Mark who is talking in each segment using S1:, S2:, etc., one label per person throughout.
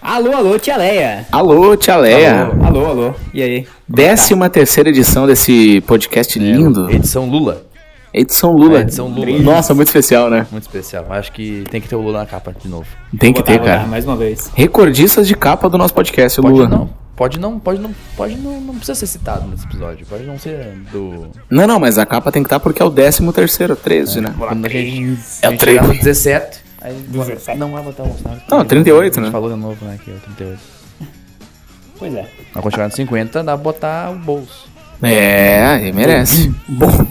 S1: Alô, alô, tia Leia.
S2: Alô, tia Leia.
S1: Alô, alô. E aí?
S2: Décima terceira edição desse podcast
S1: É.
S2: lindo.
S3: Edição Lula.
S2: Edição Lula.
S3: É, edição Lula.
S2: Nossa, muito especial, né?
S3: Muito especial. Acho que tem que ter o Lula na capa de novo.
S2: Tem que
S1: Vou botar,
S2: ter,
S1: vou
S2: cara.
S1: dar Mais uma vez.
S2: Recordistas de capa do nosso podcast,
S3: Pode
S2: Lula.
S3: não. Pode não, pode não, pode não, não precisa ser citado nesse episódio. Pode não ser do.
S2: Não, não, mas a capa tem que estar porque é o décimo terceiro, 13, né?
S3: Quando a gente,
S2: É
S3: a
S2: o
S3: gente
S2: três.
S3: chegar no 17. Aí não vai botar o Bolsonaro.
S2: Não, 38,
S3: A
S2: né?
S3: gente falou de novo, né? Que é o 38.
S1: Pois é.
S3: Vai continuar no 50, dá pra botar o bolso.
S2: É, ele merece.
S1: Hum.
S2: Bom,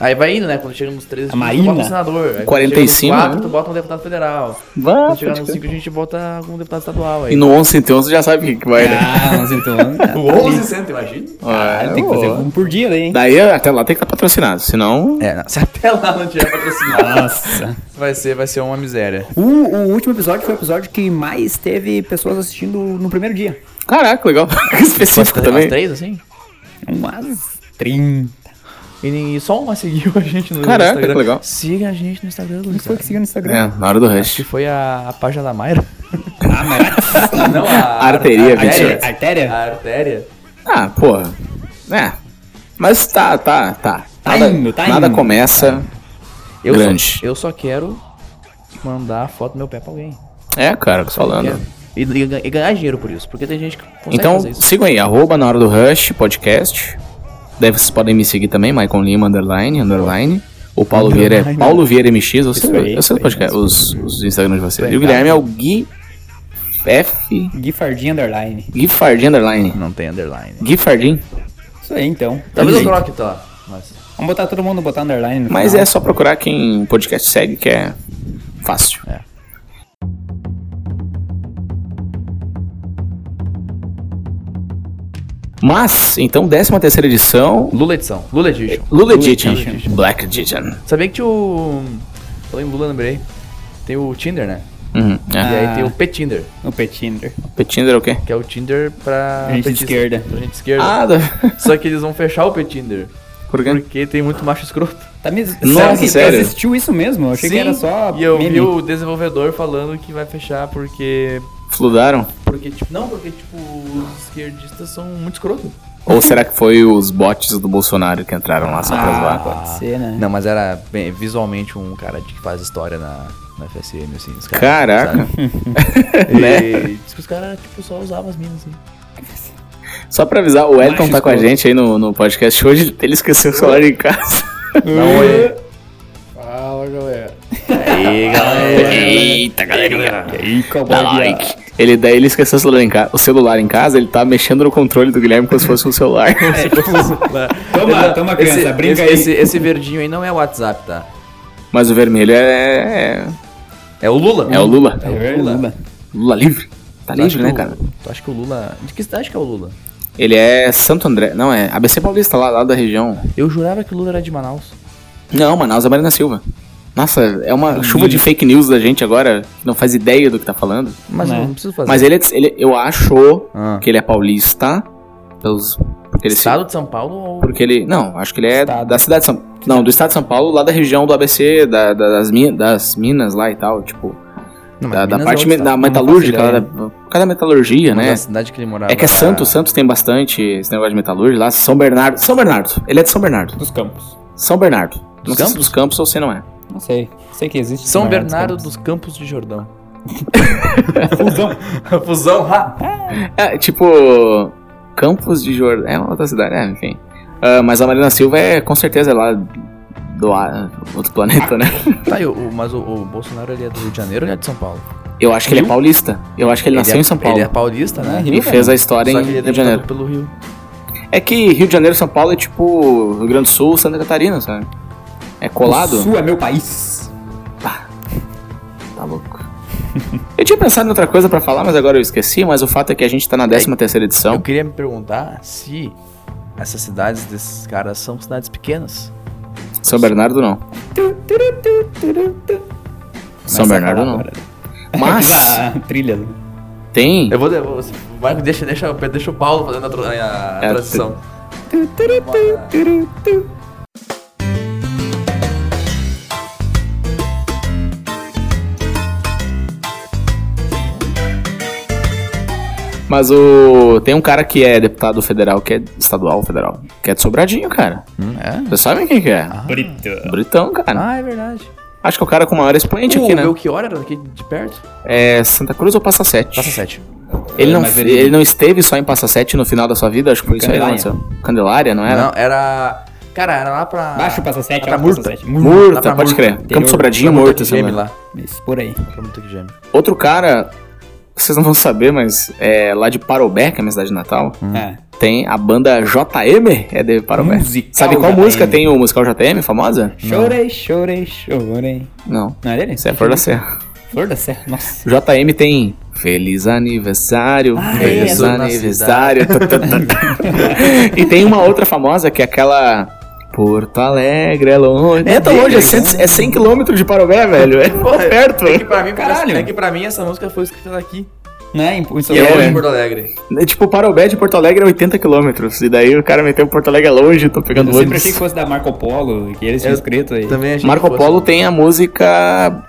S3: Aí vai indo, né? Quando chega nos 13,
S1: A
S3: tu
S1: Maína?
S3: bota um senador. Aí quando
S2: 45,
S3: chega nos 4,
S2: né?
S3: tu bota um deputado federal.
S2: vá,
S3: Quando chegar
S2: pode
S3: nos
S2: crer.
S3: 5, a gente bota algum deputado estadual aí.
S2: E tá no 11 então você já sabe o que que vai, né?
S1: Ah, mas então.
S3: O 11 cento, imagina.
S2: É,
S1: Ah, Tem que fazer
S2: boa.
S1: um por dia ali, hein?
S2: Daí até lá tem que estar patrocinado, senão.
S3: É, não, se até lá não tiver patrocinado,
S1: Nossa.
S3: vai ser, vai ser uma miséria.
S1: O, o último episódio foi o episódio que mais teve pessoas assistindo no primeiro dia.
S2: Caraca, legal. Específico também.
S3: As três, assim?
S1: Umas 30.
S3: E nem- só uma seguiu a gente no
S2: Caraca,
S3: Instagram.
S2: que legal.
S3: Siga a gente no Instagram, Luiz.
S1: Foi que seguiu no Instagram.
S2: É, na hora do
S3: Acho que
S2: rush.
S3: foi a, a página da Mayra.
S1: Ah, mas.
S3: Não, a
S2: Arteria,
S3: a artéria.
S2: 28.
S3: A
S1: Artéria?
S3: artéria.
S2: Ah, porra. É. Mas tá, tá, tá.
S1: Tá
S2: nada,
S1: indo, tá
S2: nada
S1: indo.
S2: começa.
S3: Eu
S2: Grande.
S3: Só, eu só quero mandar a foto do meu pé pra alguém.
S2: É, cara, tô
S3: Quero.
S2: falando.
S3: E, e gan- e ganhar dinheiro por isso. Porque tem gente que consegue
S2: Então,
S3: fazer isso.
S2: sigam aí, arroba na hora do rush, podcast. Deve, vocês podem me seguir também, Maicon Lima, underline, underline. O Paulo Vieira é Paulo Vieira MX, eu sei,
S1: aí,
S2: eu
S1: isso
S2: sei o podcast, os, os Instagrams de vocês. E o
S3: Obrigado.
S2: Guilherme é o Gui F.
S1: Gifardinha Underline.
S2: Gui Fardim, underline.
S3: Não tem underline.
S2: Gui Fardim.
S1: Isso aí, então.
S3: Talvez eu
S2: Gente.
S3: troque, tá? Mas...
S1: Vamos botar todo mundo botar underline no
S2: Mas
S1: final.
S2: é só procurar quem o podcast segue, que é fácil.
S3: É.
S2: Mas, então, 13 terceira edição,
S3: Lula edição. Lula edition.
S2: Lula Edition,
S3: Edition.
S2: Black Edition.
S3: Sabia que tinha o... Falei em Lula, lembrei. Tem o Tinder, né?
S2: Uhum,
S3: E
S2: é.
S3: aí tem o P-Tinder.
S1: No Petinder.
S2: O Tinder é o quê?
S3: Que é o Tinder pra.
S1: Gente de
S3: petista,
S1: esquerda.
S3: Pra gente de esquerda.
S2: Ah, da...
S3: Só que eles vão fechar o P-Tinder.
S2: por quê?
S3: Porque tem muito macho escroto.
S1: Tá me...
S2: Nossa,
S1: que-
S2: sério?
S1: Tu assistiu isso mesmo? Eu achei que era só
S3: E eu
S1: meme.
S3: vi o desenvolvedor falando que vai fechar porque.
S2: Fludaram?
S3: Porque, tipo. Não, porque, tipo, os esquerdistas são muito escroto.
S2: Ou será que foi os bots do Bolsonaro que entraram lá só pra
S1: Ah,
S2: zoar?
S1: pode ser, né?
S3: Não, mas era bem, visualmente um cara de que faz história na, na FSM, assim. Os caras,
S2: Caraca,
S3: sabe?
S2: né?
S3: E diz que os caras, tipo, só usavam as minas, assim.
S2: Só pra avisar, o Elton
S1: Macho
S2: tá com a
S1: escroto.
S2: gente aí no, no podcast hoje, ele esqueceu o celular em casa.
S3: Não, um oi.
S4: Fala galera.
S3: Aí, galera.
S2: É. Eita, galerinha.
S1: E aí, cowboy
S2: Dá like. Ele, daí ele esqueceu o celular, em ca... o celular em casa, ele tá mexendo no controle do Guilherme como se fosse um celular.
S1: Toma, toma, criança,
S3: esse,
S1: brinca
S3: esse,
S1: aí.
S3: Esse, esse verdinho aí não é o WhatsApp, tá?
S2: Mas o vermelho é.
S3: É o Lula?
S2: É, é o Lula.
S1: É,
S3: Lula.
S1: Lula.
S2: Lula livre. Tá
S3: Tu acha
S2: livre,
S3: que
S2: né,
S3: o-
S2: cara?
S3: Tu acha que o Lula. De que cidade que é o Lula?
S2: Ele é Santo André. Não, é ABC Paulista, lá, lá da região.
S3: Eu jurava que o Lula era de Manaus.
S2: Não, Manaus é Marina Silva. Nossa, é uma chuva de fake news da gente agora, que não faz ideia do que tá falando.
S3: Mas
S1: Né?
S3: não, preciso fazer.
S2: Mas ele, é de- ele eu acho
S3: Ah.
S2: que ele é paulista. Pelos, porque ele se-
S3: Estado de São Paulo ou.
S2: Porque ele. Não, acho que ele é
S1: Estado.
S2: da cidade de São Não, do estado de São Paulo, lá da região do ABC, da- da- das, min- das minas lá e tal. Tipo,
S3: Não, mas
S2: da, da
S3: Minas é
S2: parte
S3: outro
S2: me-
S3: estado.
S2: da
S3: Não faço
S2: metalúrgica,
S3: ideia. Ah.
S2: lá da, por causa da metalurgia,
S3: Mas
S2: né?
S3: a cidade que ele morava.
S2: É que é Santos, Santos tem bastante esse negócio de metalúrgica lá. São Bernardo. São Bernardo. Ele é de São Bernardo.
S1: Dos campos.
S2: São Bernardo.
S3: Dos
S2: Não sei se
S3: Campos?
S2: dos campos ou se não é.
S1: Não sei. Sei que existe.
S3: São
S1: São
S3: Bernardo
S1: dos
S3: dos Campos de Jordão.
S1: Fusão.
S3: Fusão, ha!
S2: É, tipo. Campos de Jordão. É uma outra cidade, é, enfim. Ah, mas a Marina Silva é com certeza é lá do ar- outro planeta, né?
S3: Tá, e o- o- mas o, o Bolsonaro ele é do Rio de Janeiro ou ele é de São Paulo?
S2: Eu acho que ele é paulista. Eu acho que ele, nasceu
S3: é-
S2: em São Paulo.
S3: Ele é paulista, né?
S2: E fez a história
S3: Só
S2: em
S3: que ele é
S2: Rio de Janeiro.
S3: deputado pelo Rio.
S2: É que Rio de Janeiro e São Paulo é tipo Rio Grande do Sul, Santa Catarina, sabe? É
S1: O
S2: colado.
S1: Sul é meu país.
S2: Tá louco. Eu tinha pensado em outra coisa pra falar, mas agora eu esqueci. Mas o fato é que a gente tá na 13 terceira
S3: Eu
S2: edição.
S3: queria me perguntar se essas cidades desses caras são cidades pequenas.
S2: São Bernardo não.
S1: Começa
S2: São
S1: a
S2: Bernardo
S1: falar
S2: não.
S1: agora.
S2: Mas
S1: Aquela trilha.
S2: tem.
S3: Eu vou. Eu vou assim, vai, deixa, deixa, deixa o Paulo fazendo a, tra- a
S2: É,
S3: transição.
S2: Mas o. Tem um cara que é deputado federal, que é estadual federal, que é de Sobradinho, cara.
S3: Hum, é?
S2: Vocês sabem quem que é?
S1: Brito.
S2: Britão, cara.
S3: Ah, é verdade.
S2: Acho que é o cara com o maior expoente
S3: o
S2: aqui, né?
S3: Belchior era daqui de perto?
S2: É Santa Cruz ou Passa Sete?
S3: Passa 7.
S2: Ele, não,
S1: Margarida.
S2: ele não esteve só em Passa Sete no final da sua vida, acho que por isso aí
S1: Candelária.
S2: aconteceu. Candelária, não era?
S3: Não, era. Cara, era lá pra.
S1: Baixo passa 7,
S3: Tá
S1: alto
S3: morto.
S1: passa 7.
S2: Murta,
S3: lá pra
S2: pode
S3: Murta.
S2: crer. Campo
S3: Interior.
S2: Sobradinho,
S3: Pra
S2: Murta, assim, né?
S3: Gêmeo
S2: sabe?
S3: lá.
S1: Isso, por aí.
S3: Pra Boteco Gêmeo.
S2: Outro cara, vocês não vão saber, mas é lá de Parobé, que é a minha cidade natal,
S1: É.
S2: tem a banda JM, é de Parobé.
S1: Musical
S2: Sabe qual
S1: JM.
S2: música tem o musical JM, famosa?
S1: Chorei, chorei, chorei.
S2: Não.
S1: Não é dele?
S2: Isso é Flor da Serra.
S1: Flor da Serra, nossa.
S2: JM tem Feliz Aniversário,
S1: Ah,
S2: Feliz
S3: é.
S2: Aniversário. e tem uma outra famosa que é aquela Porto Alegre é longe. É tão longe, é 100, é 100 km de Parobé, velho. É
S3: Pô, é-
S2: perto.
S3: É que pra mim,
S1: Caralho.
S3: É que pra mim essa música foi escrita daqui.
S1: Né? Em, em São
S2: E
S1: Paulo.
S2: é,
S3: em Porto Alegre.
S2: É, Tipo, Parobé de Porto Alegre é 80 km. E daí o cara meteu Porto Alegre é longe, tô pegando
S1: Eu sempre
S2: ônibus.
S1: achei que fosse da Marco Polo, que eles tinham
S3: Eu
S1: escrito aí.
S3: Também achei que
S2: Marco
S3: fosse.
S2: Polo tem a música.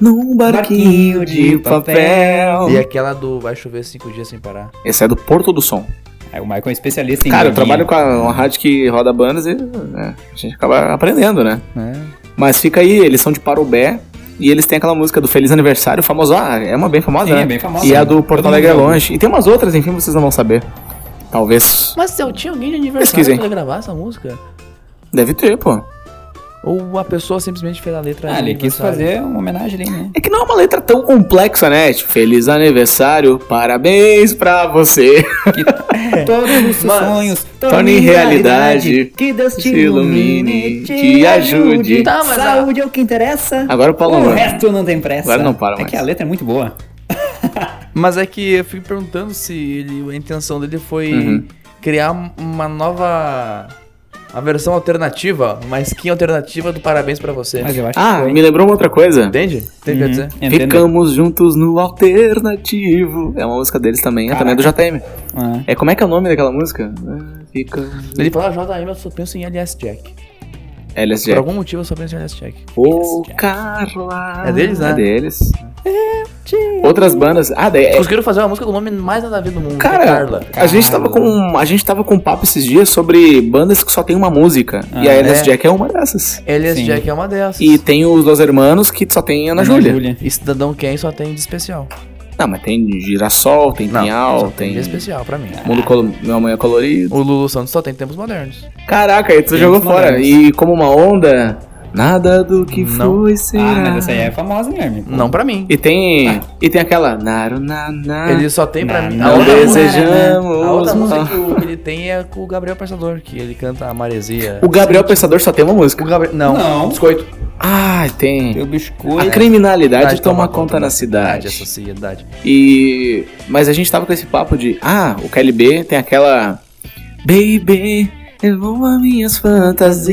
S2: um Num barquinho de papel.
S3: E aquela do Vai Chover cinco Dias Sem Parar.
S2: Esse é do Porto do Som.
S1: Aí o Michael é especialista em.
S2: cara, eu
S1: bandinha.
S2: trabalho com a- uma rádio que roda bandas e né, a gente acaba aprendendo, né?
S1: É.
S2: Mas fica aí, eles são de Parobé e eles têm aquela música do Feliz Aniversário, famosa. ah, É uma bem famosa,
S1: Sim,
S2: né?
S1: é bem famosa.
S2: E a do Porto
S1: Todo
S2: Alegre é
S1: mundo
S2: longe. E tem umas outras, enfim, vocês não vão saber. Talvez.
S3: Mas eu tinha alguém de
S2: Pesquisa,
S3: aniversário
S2: hein?
S3: pra gravar essa música?
S2: Deve ter, pô.
S3: Ou uma pessoa simplesmente fez a letra
S1: Ah,
S3: de
S1: ele quis
S3: aniversário?
S1: fazer uma homenagem ali, né?
S2: É que não é uma letra tão complexa, né? Tipo, feliz aniversário, parabéns pra você.
S3: É.
S1: Todos os seus
S3: Mas-
S1: sonhos
S2: torne realidade.
S1: Que Deus te
S2: Te
S1: ilumine,
S2: ilumine,
S1: te
S2: te ajude.
S1: ajude. É.
S3: Tá, mas a-
S1: Saúde é o que interessa.
S2: Agora o Paulo
S1: O
S2: Lombardi.
S1: resto não tem pressa.
S2: Agora não para
S1: É
S2: mais.
S1: que a letra é muito boa.
S3: Mas é que eu fico perguntando se ele- a intenção dele foi
S2: Uhum.
S3: criar um, uma nova. Uma versão alternativa, uma skin alternativa do parabéns pra você.
S1: Mas é- Uhum. eu acho
S2: Ah,
S1: que foi.
S2: me Hum, lembrou uma outra coisa.
S3: Entende? Tem que dizer.
S1: Entendeu?
S2: Ficamos juntos no alternativo. É uma música deles também, é também é do JM.
S1: Ah,
S2: É como é que é o nome daquela música? É, Ficamos.
S3: Ele fala JM, eu só penso em LS Jack.
S2: LSJ.
S3: Por algum motivo eu só penso em LS Jack.
S2: Ô, Carla.
S3: É deles, né?
S2: É deles. Outras bandas. Ah, daí. é-
S3: Conseguiram fazer uma música com o nome mais nada a ver do mundo. que é
S2: Cara,
S3: Carla.
S2: a gente tava com a gente tava com um papo esses dias sobre bandas que só tem uma música e
S1: Ah,
S2: a LS
S3: é.
S2: Jack é uma dessas.
S3: LS
S1: Sim.
S3: Jack é uma dessas.
S2: E tem os Dois Hermanos que só tem Ana Júlia.
S3: E Cidadão Ken só tem de especial.
S2: Não, mas tem girassol, tem
S3: só
S2: pinhal,
S3: tem
S2: tem.
S3: de especial pra mim.
S2: Mundo Colo... é Meu Amanhã Colorido.
S3: O Lulu Santos só tem tempos modernos.
S2: Caraca, aí tu
S1: Tem
S2: jogou
S1: uns
S2: fora.
S1: modernos.
S2: E como uma onda. Nada do que
S3: Não.
S2: foi será.
S1: Ah, mas essa aí é famosa, Guilherme. Pô.
S3: Não pra mim.
S2: E tem. E tem aquela. Naru, na, na,
S3: Ele só tem pra
S1: Não,
S3: mim.
S1: não
S3: a
S2: não
S3: outra
S2: desejamos.
S3: música- né? a outra música
S2: Ah.
S3: que o- que ele tem é com o Gabriel Pensador, que ele canta a maresia.
S2: O Gabriel Pensador só tem uma música.
S3: Gabriel. Não.
S1: Não.
S3: Biscoito.
S2: Ah, tem.
S1: Teu
S2: A
S1: biscoito.
S2: criminalidade toma conta na cidade.
S3: A sociedade.
S2: E. Mas a gente tava com esse papo de. Ah, o KLB tem aquela. Baby, eu vou as minhas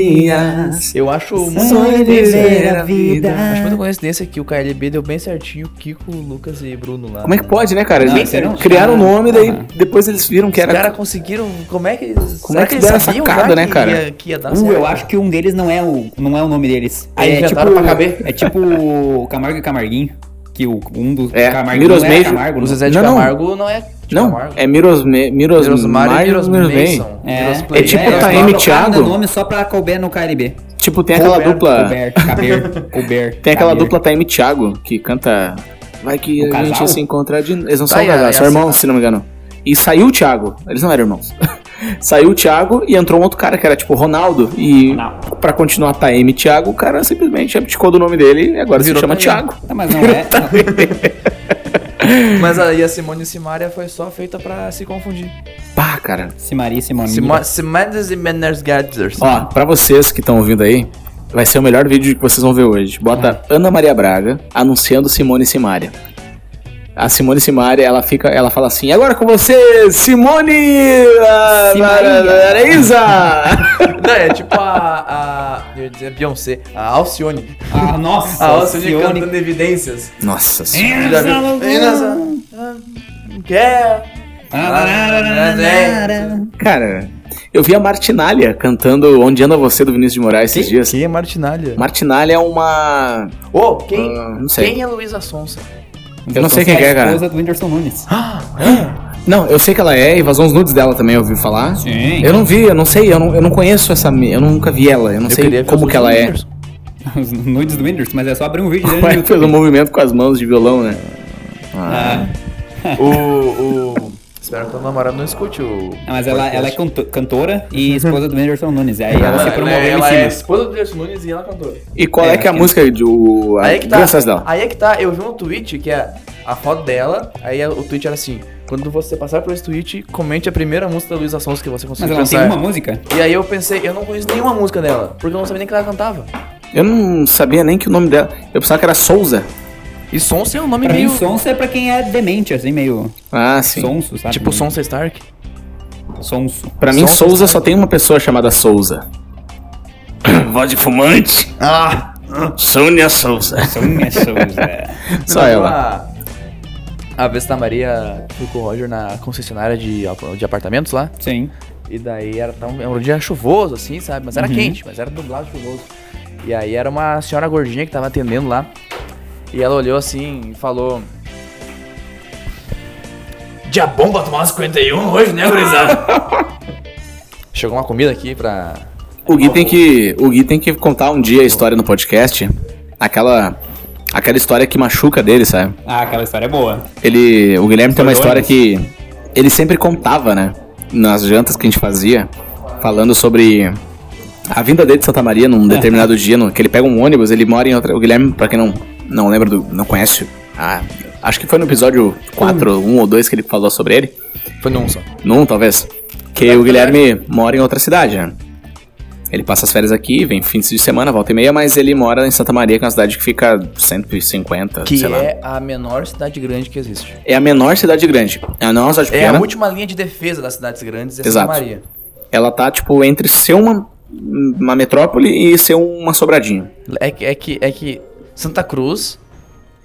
S2: fantasias.
S3: Eu acho muito.
S1: é
S2: Sonho de viver a
S3: Acho
S2: vida.
S3: muita coincidência que o KLB deu bem certinho Kiko, Lucas e Bruno lá.
S2: Como é que pode, né, cara?
S1: Não,
S2: Eles
S1: isso aí não-
S2: criaram o nome, daí
S1: Aham.
S2: depois eles viram que
S3: Os
S2: era.
S3: caras conseguiram. Como é que eles.
S2: Como é que
S3: será
S2: deram
S3: eles sabiam
S2: sacada,
S3: já
S2: né,
S3: que
S2: cara?
S3: ia- que ia dar
S1: Uh,
S3: certo?
S1: eu acho que um deles não é o, não é o nome deles.
S3: Aí
S1: é
S3: inventaram pra caber.
S1: É tipo o Camargo e Camarguinho. Que o, um dos
S2: É,
S1: Camarguinho não
S2: Mirosmeijo.
S1: era Camargo.
S3: O
S1: não.
S3: Zezé de
S2: Não, não.
S3: Camargo não, é. De
S2: Não,
S3: Camargo.
S2: é Mirosme, Miros,
S3: Mirosmar e
S2: Mario Mirosmey.
S3: Mirosmason.
S1: É,
S2: É tipo
S1: eles
S2: Taeme
S1: colocaram
S2: Thiago.
S1: cada nome só pra couber no KLB.
S2: Tipo, tem aquela
S1: Couber,
S2: dupla.
S1: Couber, caber, couber.
S2: Tem aquela
S1: caber.
S2: dupla Time e Thiago, que canta. Vai que
S1: O
S2: a
S1: casal?
S2: gente se encontrar de. Eles não
S3: Tá,
S2: são
S3: é,
S2: casal,
S3: é
S2: são
S3: assim,
S2: irmãos,
S3: tá.
S2: se não me engano. E saiu o Thiago. Eles não eram irmãos. saiu o Thiago e entrou um outro cara que era tipo Ronaldo. E
S1: Ronaldo.
S2: pra continuar Taeme e Thiago, o cara simplesmente abdicou do nome dele e agora
S3: Virou
S2: se chama
S3: Taeme.
S2: Thiago.
S1: Não, mas não é.
S3: Mas aí a Simone Simaria foi só feita pra se confundir.
S2: Pá, cara.
S1: Simari, Simoni.
S3: Simo- Simones e Manners Gathers.
S2: Ó, pra vocês que estão ouvindo aí, vai ser o melhor vídeo que vocês vão ver hoje. Bota Ana Maria Braga anunciando Simone Simaria. A Simone Simaria, ela fica, ela fala assim: "Agora com você, Simone ah,
S1: Simaria."
S2: Maraísa!"
S3: Não, é tipo a, a. Eu ia dizer Beyoncé. A Alcione.
S1: Ah, nossa,
S3: A Alcione
S1: Sione.
S3: cantando evidências.
S2: Nossa. senhora.
S3: né? Já Ah, viu? Ei, nossa, ah, é?" não Quer?
S5: Ah,
S3: é.
S2: Cara, eu vi a Martinália cantando Onde anda você do Vinícius de Moraes esses dias.
S3: Quem é Martinalha?
S2: Martinália é uma,
S3: Ô, quem,
S2: Ah, não sei.
S3: quem é Luísa Sonsa?
S2: Eu não sei quem é,
S1: A
S2: cara.
S3: Ah,
S1: esposa do Whindersson Nunes.
S2: Não, eu sei que ela é, e vazou uns nudes dela também, eu ouvi falar.
S5: Sim.
S2: Eu não vi, eu não sei, eu não, eu não conheço essa. me- Eu nunca vi ela, eu não
S3: Eu
S2: sei
S3: queria ver
S2: como
S3: os
S2: que ela é.
S3: Whindersson.
S5: Os nudes do Windows, mas é só abrir um vídeo dele no
S2: Mas
S5: YouTube.
S2: pelo movimento com as mãos de violão, né?
S5: Ah,
S3: O, o... Espero que tua namorada não escute o...
S5: não, mas ela, ela é
S3: podcast.
S5: canto- cantora e esposa do Whindersson Nunes. Aí ela se
S3: Ela,
S5: promoveu
S3: é-
S5: em
S3: ela é
S5: cima.
S3: esposa do Whindersson Nunes e ela é cantora.
S2: E qual é,
S5: É,
S2: que é a
S5: que-
S2: música de o, a
S3: Aí é que tá.
S2: processo dela?
S3: Aí é que tá. Eu vi um tweet que é a foto dela. Aí o tweet era assim: quando você passar por esse tweet, comente a primeira música da Luísa Sons que você
S5: Mas
S3: conseguir
S5: ela não tem
S3: pensar.
S5: uma música?
S3: E aí eu pensei, eu não conheço nenhuma música dela, porque eu não sabia nem que ela cantava.
S2: Eu não sabia nem que o nome dela. Eu pensava que era Souza.
S3: E Sonsa é um nome
S5: Pra mim,
S3: meio.
S5: Sonsa é pra quem é demente, assim, meio
S2: Ah, sim.
S5: sonso, sabe?
S3: Tipo Sonsa Stark.
S5: Sonso.
S2: Pra mim,
S3: Souza-
S2: Souza só tem uma pessoa chamada Souza. Voz de fumante?
S3: Ah!
S2: Sônia Souza.
S5: Sonha Souza.
S2: Só ela.
S3: A Vesta Maria ficou com o Roger na concessionária de, de apartamentos lá.
S5: Sim.
S3: E daí era, tão, era um dia chuvoso, assim, sabe? Mas era quente, mas era nublado chuvoso. E aí era uma senhora gordinha que tava atendendo lá. E ela olhou assim e falou. Dia bom pra tomar 51 hoje, né, gurizada? Chegou uma comida aqui pra.
S2: O Gui, tem que, o Gui tem que contar um dia a história no podcast. Aquela. Aquela história que machuca dele, sabe?
S5: Ah, aquela história é boa.
S2: Ele, o Guilherme tem uma história
S5: História
S2: que ele sempre contava, né? Nas jantas que a gente fazia, falando sobre a vinda dele de Santa Maria
S3: É.
S2: num determinado dia, no, que ele pega um ônibus, ele mora em outra. O Guilherme, pra quem não, não lembra, do, não conhece, ah, acho que foi no episódio 4,
S3: Hum.
S2: 1 ou 2 que ele falou sobre ele,
S3: Foi num só.
S2: num talvez, que o Guilherme mora em outra cidade, né? Ele passa as férias aqui, vem fins de semana, volta e meia, mas ele mora em Santa Maria, que é uma cidade que fica 150,
S3: Que
S2: sei lá.
S3: é a menor cidade grande que existe.
S2: É a menor cidade grande. É a menor cidade
S3: É
S2: pequena.
S3: a última linha de defesa das cidades grandes, é Santa
S2: Exato.
S3: Maria.
S2: ela tá, tipo, entre ser uma, uma metrópole e ser uma sobradinha.
S3: É que, é, que, é que Santa Cruz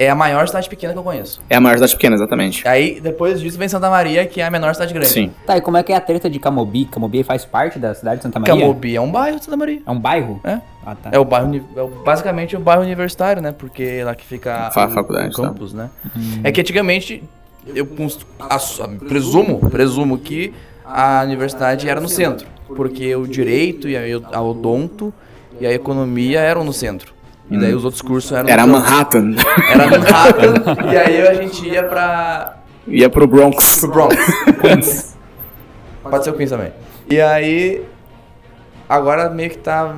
S3: é a maior cidade pequena que eu conheço.
S2: É a maior cidade pequena, exatamente.
S3: Aí depois disso vem Santa Maria, que é a menor cidade grande.
S2: Sim.
S5: Tá, e como é que é a treta de Camobi? Camobi faz parte da cidade de Santa Maria?
S3: Camobi é um bairro de Santa Maria.
S5: É um bairro?
S3: É.
S5: Ah, tá.
S3: É o bairro, uni- é o- basicamente o bairro universitário, né? Porque lá que fica
S2: Fa-
S3: o,
S2: faculdade, tá.
S3: o campus, né? É que antigamente eu cons- ass- presumo, presumo que a universidade era no centro, porque o direito e aí o- a odonto e a economia eram no centro. E daí os outros cursos eram no
S2: Hum. Era
S3: campo.
S2: Manhattan.
S3: Era Manhattan. e aí a gente ia pra
S2: Ia pro Bronx.
S3: pro Bronx. Queens. Pode ser o Queens também. E aí agora meio que tá